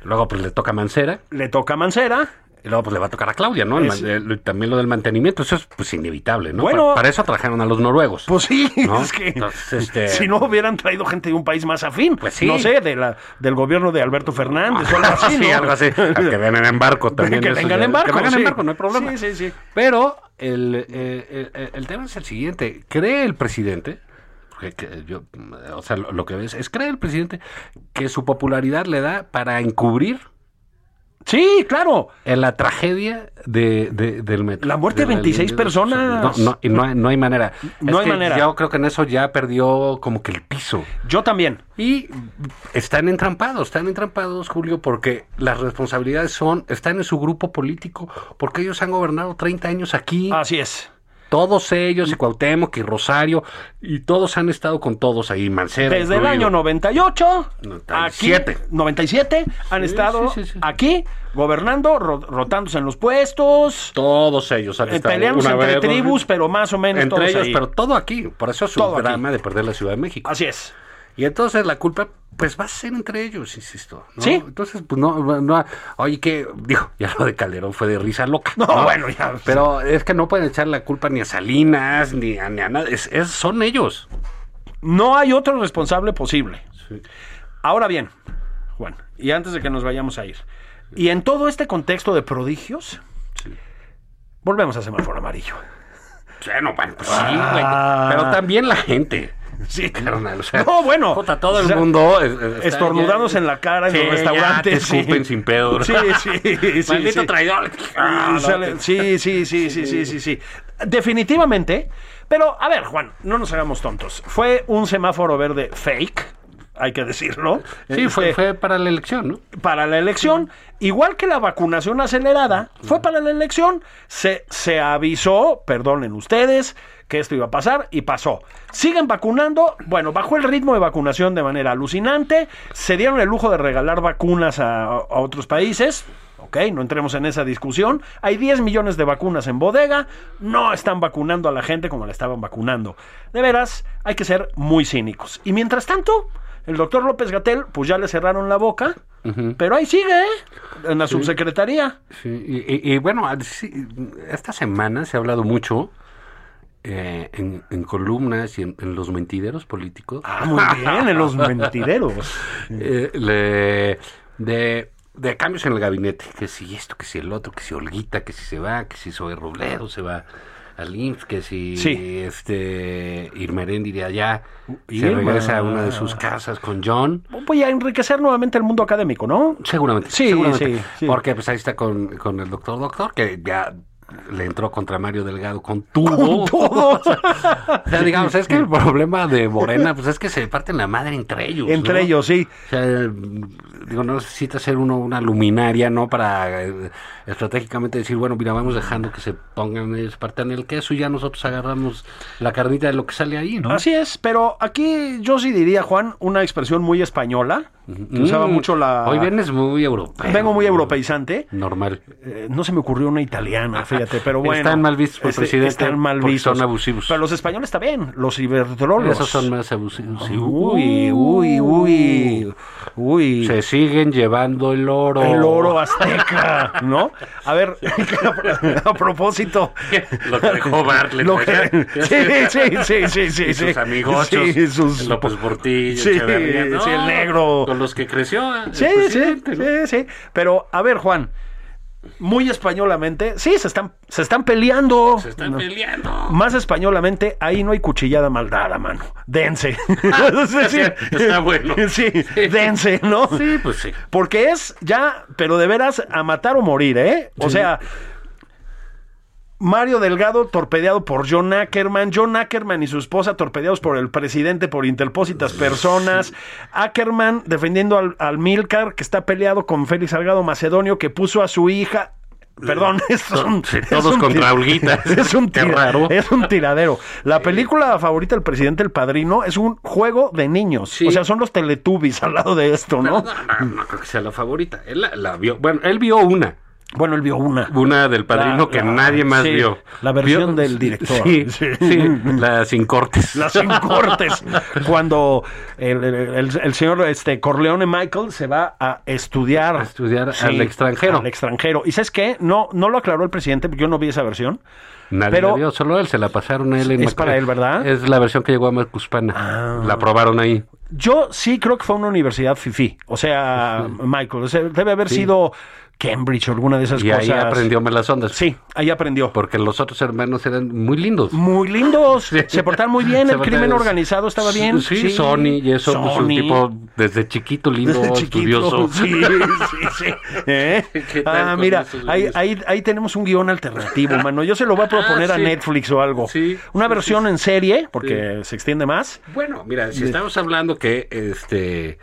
Luego pues le toca a Mancera.
Le toca a Mancera.
Y luego pues le va a tocar a Claudia, ¿no? El
Es-
man- el- también lo del mantenimiento. Eso es pues inevitable, ¿no?
Bueno.
Pa- para, eso trajeron a los noruegos.
Pues sí,
¿No?
es que
Entonces, este-
si no hubieran traído gente de un país más afín,
Pues sí. Ah,
no sé, de la, del gobierno de Alberto Fernández o pues, algo así,
Sí,
¿no?
algo así. A que vengan en barco también.
que
eso
vengan
ya-
en barco,
Que vengan
sí.
en barco, no hay problema.
Sí, sí, sí.
eh, Pero el, eh, el- el tema es el siguiente. ¿Cree el presidente? porque que- que yo, o sea, lo, lo que ves es, cree el presidente que su popularidad le da para encubrir.
Sí, claro.
En la tragedia de, de- del metro.
La muerte de 26 personas.
No, no, y no hay, no hay manera.
No hay
que
manera.
Yo creo que en eso ya perdió como que el piso.
Yo también.
Y están entrampados, están entrampados, Julio, porque las responsabilidades son, están en su grupo político, porque ellos han gobernado 30 años aquí.
Así es.
Todos ellos,
Mm.
y Cuauhtémoc, y Rosario, y todos han estado con todos ahí, Mancera.
Desde el
incluido.
año 98,
97.
aquí, 97, han
Sí,
estado
sí, sí, sí.
aquí gobernando, ro- rotándose en los puestos,
Todos ellos han
eh,
estado
peleándose
una
entre
vez, dos veces.
tribus, pero más o menos
Entre
todos
ellos,
ahí.
pero todo aquí. Por eso es
Todo
un
aquí.
drama de perder la Ciudad de México.
Así es.
Y entonces la culpa, pues va a ser entre ellos, insisto. ¿no?
Sí.
Entonces, pues no, no, oye, que, digo, ya lo de Calderón fue de risa loca.
No, bueno, ya.
Pero es que no pueden echar la culpa ni a Salinas, ni a, ni a nada. Es- es- son ellos.
No hay otro responsable posible. Ahora bien, Juan, y antes de que nos vayamos a ir, y en todo este contexto de prodigios, volvemos a semáforo amarillo.
Bueno, bueno, pues sí, güey.
Ah.
Pero también la gente. Sí, carnal. O sea,
No, bueno.
puta, todo el
O sea,
mundo. es- es- está
Estornudados
ya-
en la cara en
Sí,
los restaurantes.
ya te escupen
sí.
sin pedo.
Sí, sí, sí.
Maldito
sí.
traidor.
Ah,
Ah,
sale-
no, te-
Sí, sí, sí, sí, sí, sí, sí. Definitivamente. Pero, a ver, Juan, no nos hagamos tontos. Fue un semáforo verde fake, hay que decirlo.
Sí, Eh, fue,
Este,
fue para la elección, ¿no?
para la elección, igual que la vacunación acelerada, fue para la elección. Se, se avisó, perdonen ustedes, que esto iba a pasar y pasó. Siguen vacunando, bueno, bajó el ritmo de vacunación de manera alucinante, se dieron el lujo de regalar vacunas a, a otros países. Ok, no entremos en esa discusión. Hay 10 millones de vacunas en bodega. No están vacunando a la gente como la estaban vacunando. De veras, hay que ser muy cínicos. Y mientras tanto, el doctor López Gatel, pues ya le cerraron la boca, pero ahí sigue, ¿eh? En la subsecretaría.
Sí, y, y- y bueno, sí, esta semana se ha hablado mucho eh, en, en columnas y en, en los mentideros políticos
Ah, muy bien, en los mentideros.
eh, le- de, de cambios en el gabinete. Que si esto, que si el otro, que si Olguita, que si se va, que si Zoe Robledo se va al IMSS, que si
Sí.
este Irmerendi de allá se
Irma.
regresa a una de sus casas con John.
Voy a enriquecer nuevamente el mundo académico, ¿no?
Seguramente.
Sí,
seguramente.
sí, sí.
Porque pues ahí está con, con el doctor Doctor, que ya le entró contra Mario Delgado con tubo.
todo.
o sea, digamos, es que el problema de Morena, pues es que se parten la madre entre ellos.
Entre
pues, ¿no?
ellos, sí.
O sea, eh, digo, no necesita ser uno una luminaria, ¿no? Para eh, estratégicamente decir, bueno, mira, vamos dejando que se pongan, ellos partan el queso y ya nosotros agarramos la carnita de lo que sale ahí, ¿no?
Así es, pero aquí yo sí diría, Juan, una expresión muy española, que usaba
Mm,
mucho la...
Hoy vienes muy europeo.
Vengo muy europeizante.
Normal.
Eh, no se me ocurrió una italiana, fíjate, pero bueno. Este,
Están mal vistos por el presidente
Están mal
porque
vistos.
son abusivos.
Pero los españoles también, los ciberdrolos.
Esos son más abusivos. Sí,
Uy, uy, uy. Uy.
Se siguen llevando el oro.
El oro ah, azteca, ¿no? A ver, a propósito.
Lo que dejó Bartlett.
Lo
¿verdad?
que- sí, sí, sí, sí, sí,
Y
sí.
sus amigos.
Sí, sus-
López Portillo.
Sí,
Echeverría, ¿no?
sí, el negro.
Con los que creció. eh, el
Sí, sí,
presidente,
sí,
¿no?
sí. Pero, a ver, Juan, muy españolamente, sí, se están, se están peleando.
Se están
No.
peleando.
Más españolamente, ahí no hay cuchillada maldada, mano. Dense. Es decir,
Está bueno.
Sí, dense, ¿no?
Sí, pues sí.
Porque es ya, pero de veras, a matar o morir, ¿eh? O sea, Mario Delgado torpedeado por John Ackerman, John Ackerman y su esposa torpedeados por el presidente por interpósitas personas, Ackerman defendiendo al, al Milcar que está peleado con Félix Salgado Macedonio que puso a su hija... Perdón, es un,
Sí,
es
todos
un
contra
tira-
Olguita.
Es un,
Qué
tira-
raro.
es un tiradero. La película favorita del presidente El Padrino es un juego de niños.
Sí.
O sea, son los Teletubbies al lado de esto,
No,
¿no?
no, no creo que sea la favorita. Él la, la vio. Bueno, él vio una.
Bueno, él vio una.
Una del padrino
La-
que
la-
nadie más
sí,
vio.
la versión
Vio-
del director.
Sí,
Sí.
sí, la sin cortes.
Las sin cortes. cuando el, el- el- el señor este, Corleone Michael se va a estudiar.
A estudiar al extranjero.
Al extranjero. ¿Y sabes qué? No, no lo aclaró el presidente, porque yo no vi esa versión.
Nadie
Pero-
la vio, solo él, se la pasaron a él.
Es para él, ¿verdad? Ah.
Es la versión que llegó a Macuspana. La probaron ahí.
Yo sí creo que fue una universidad fifí. O sea, Michael, o sea, debe haber sido Cambridge o alguna de esas
Y
cosas.
ahí aprendió Melas Ondas.
Sí, ahí aprendió.
Porque los otros hermanos eran muy lindos.
Muy lindos,
Sí.
se portaron muy bien,
Se
el crimen
portaron-
organizado estaba bien.
Sí, Sony, y eso pues, un
Sony.
tipo desde chiquito lindo,
Desde
estudioso.
Sí, sí, sí. ¿Eh?
¿Qué tal
Ah,
con
mira,
esos
ahí,
güeyes?
ahí, ahí tenemos un guión alternativo, mano. Yo se lo voy a proponer
Ah,
a
sí.
Netflix o algo.
Sí,
Una
sí,
versión
sí, sí.
en serie, porque se extiende más.
Bueno, mira, si estamos hablando que este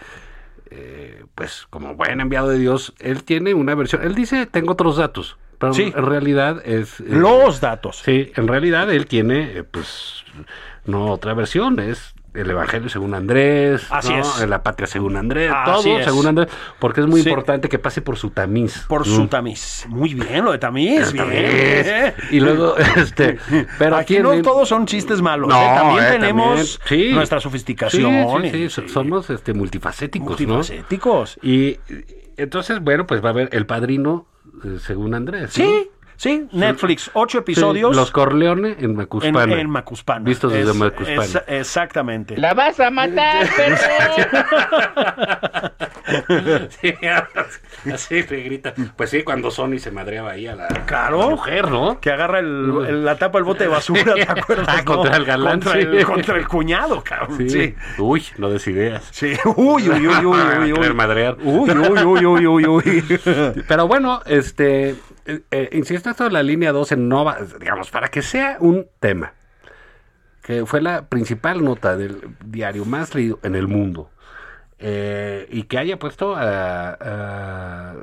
eh, pues como buen enviado de Dios, él tiene una versión, él dice, "Tengo otros datos", pero
Sí.
en realidad es eh,
Los datos.
Sí, en realidad él tiene eh, pues no otra versión, es el Evangelio según Andrés,
Así
¿no?
es.
la patria según Andrés,
Así
todo
es.
según Andrés, porque es muy
Sí.
importante que pase por su tamiz. Mm.
Por
¿no?
su tamiz. Muy bien, lo de tamiz. Bien. ¿eh?
Y luego, este, pero
Aquí
aquí, en
no
el-
todos son chistes malos. ¿eh?
No,
También
eh,
tenemos
también, sí.
nuestra
Sí,
sofisticación.
sí, sí,
y-
so- somos este, multifacéticos, ¿no?
multifacéticos.
Y entonces, bueno, pues va a haber El Padrino, eh, según Andrés. ¿no?
Sí, sí, Netflix, ocho episodios.
Sí, Los Corleone en
en,
Macuspana.
en Macuspana.
Vistos desde
Es-
Macuspana.
es- exactamente.
La vas a matar, perro.
Sí, así le grita. Pues sí, cuando Sony se madreaba ahí a la,
Claro.
a la mujer, ¿no?
Que agarra el, el- la tapa del bote de basura, ¿te acuerdas?
Ah, contra el galán,
Contra,
sí.
el, contra el cuñado, cabrón. Sí. sí.
Uy, no des ideas.
Uy, uy, uy, uy, uy,
Ah, Querer
uy.
madrear.
Uy, uy, uy, uy, uy, uy.
Pero bueno, este, eh, eh, insisto, esto de la línea 12 no va, digamos, para que sea un tema, que fue la principal nota del diario más leído en el mundo, eh, y que haya puesto a, a,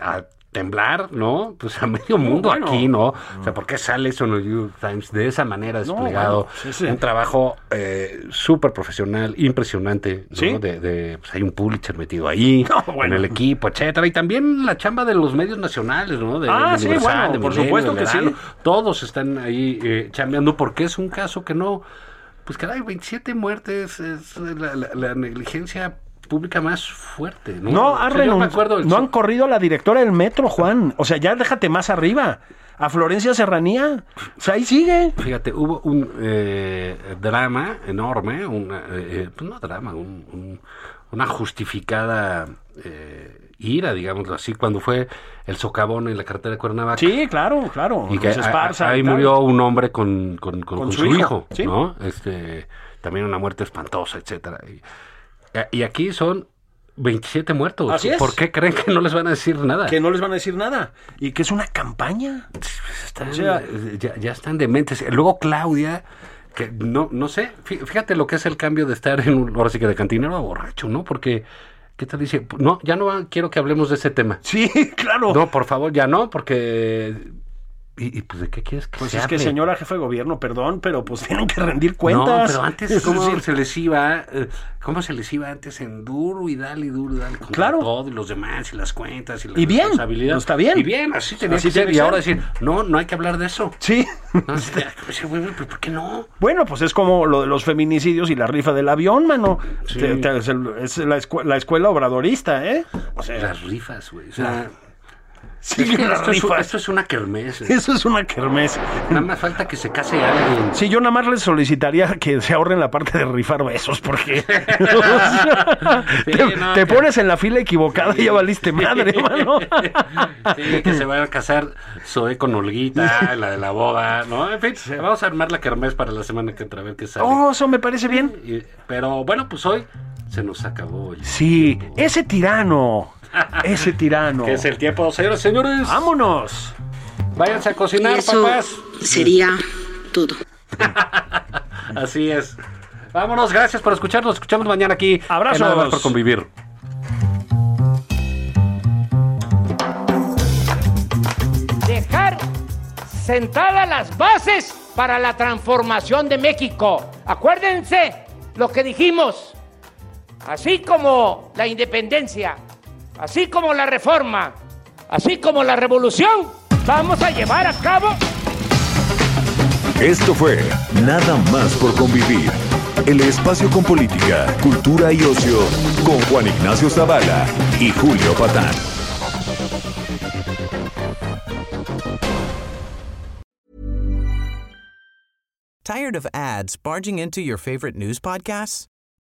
a temblar, ¿no? Pues a medio mundo
bueno.
aquí, ¿no? O sea, ¿por qué sale eso en el New York Times de esa manera desplegado?
bueno, sí, sí.
Un trabajo eh, súper profesional, impresionante, ¿no?
Sí.
De, de- pues hay un Pulitzer metido ahí,
No, bueno.
en el equipo, etcétera. Y también la chamba de los medios nacionales, ¿no? De,
Ah,
de
sí,
Universal,
bueno,
de
por
Milenio,
supuesto
de
que sí.
Heraldo. Todos están ahí eh, chambeando porque es un caso que no... Pues caray, 27 muertes es la, la- la negligencia pública más fuerte, ¿no?
No,
O sea,
ha
yo me
renun-
acuerdo del-
no han corrido a la directora del metro, Juan. O sea, ya déjate más arriba. A Florencia Serranía. O sea, ahí sigue.
Fíjate, hubo un eh, drama enorme, una, eh, pues no drama, un- un- una justificada eh, ira, digámoslo así, cuando fue el socavón en la carretera de Cuernavaca.
Sí, claro, claro.
y que
Los
a-
Esparza
a- ahí
y tal.
murió un hombre con, con- con- con su, hijo,
sí.
¿no? Este, también una muerte espantosa, etcétera. Y, eh, y aquí son 27 muertos.
Así es.
¿Por qué creen que no les van a decir nada?
Que no les van a decir nada. Y que es una campaña.
Están- eh,
O sea-
ya, ya están dementes. Luego Claudia, que no, no sé, fí- fíjate lo que es el cambio de estar en un, ahora sí que de cantinero a borracho, ¿no? Porque, ¿qué tal dice? No, ya no va- quiero que hablemos de ese tema.
Sí, claro.
No, por favor, ya no, porque... ¿Y, y, pues de qué quieres que
Pues
se
es que
hable?
señora jefe de gobierno, perdón, pero pues tienen que rendir
No,
cuentas.
pero antes, ¿cómo
Es decir,
se les iba? eh, ¿Cómo se les iba antes en duro y dale y duro y dale? con
Claro.
Todo y los demás y las cuentas y la
Y bien,
responsabilidad.
pues, está bien.
Y bien, así tenía
Así
que ser.
tiene
Y
que
ahora
ser.
decir, no, no hay que hablar de eso.
Sí.
No, o sea, pues, güey, güey, ¿Por qué no?
Bueno, pues es como lo de los feminicidios y la rifa del avión, mano. Te- te- es el- es la, escu- la escuela obradorista, ¿eh? O sea,
Las rifas, güey. O sea,
sigue
es que
la
esto, es,
rifa.
esto es una kermés. güey.
Eso es una kermés.
Nada más falta que se case alguien.
Sí, yo nada más les solicitaría que se ahorren la parte de rifar besos, porque
Sí,
te,
no,
te
que-
pones en la fila equivocada y ya valiste madre, mano.
Sí, que se van a casar Zoe con Olguita, la de la boda, ¿no? En fin, vamos a armar la kermés para la semana que entra a ver qué sale.
Oh, eso me parece bien.
Y- pero bueno, pues hoy se nos acabó el
Sí,
tiempo.
ese tirano. Ese tirano.
Que es el tiempo, señoras y señores.
¡Vámonos!
Váyanse a cocinar,
eso
papás.
sería todo.
Así es. Vámonos, gracias por escucharnos. Escuchamos mañana aquí.
Abrazos.
en Nada más por convivir.
dejar sentadas las bases para la transformación de México. Acuérdense lo que dijimos, así como la independencia, así como la reforma, así como la revolución, vamos a llevar a cabo
Esto fue Nada más por convivir. El espacio con política, cultura y ocio con Juan Ignacio Zavala y Julio Patán.
Tired of ads barging into your favorite news podcasts?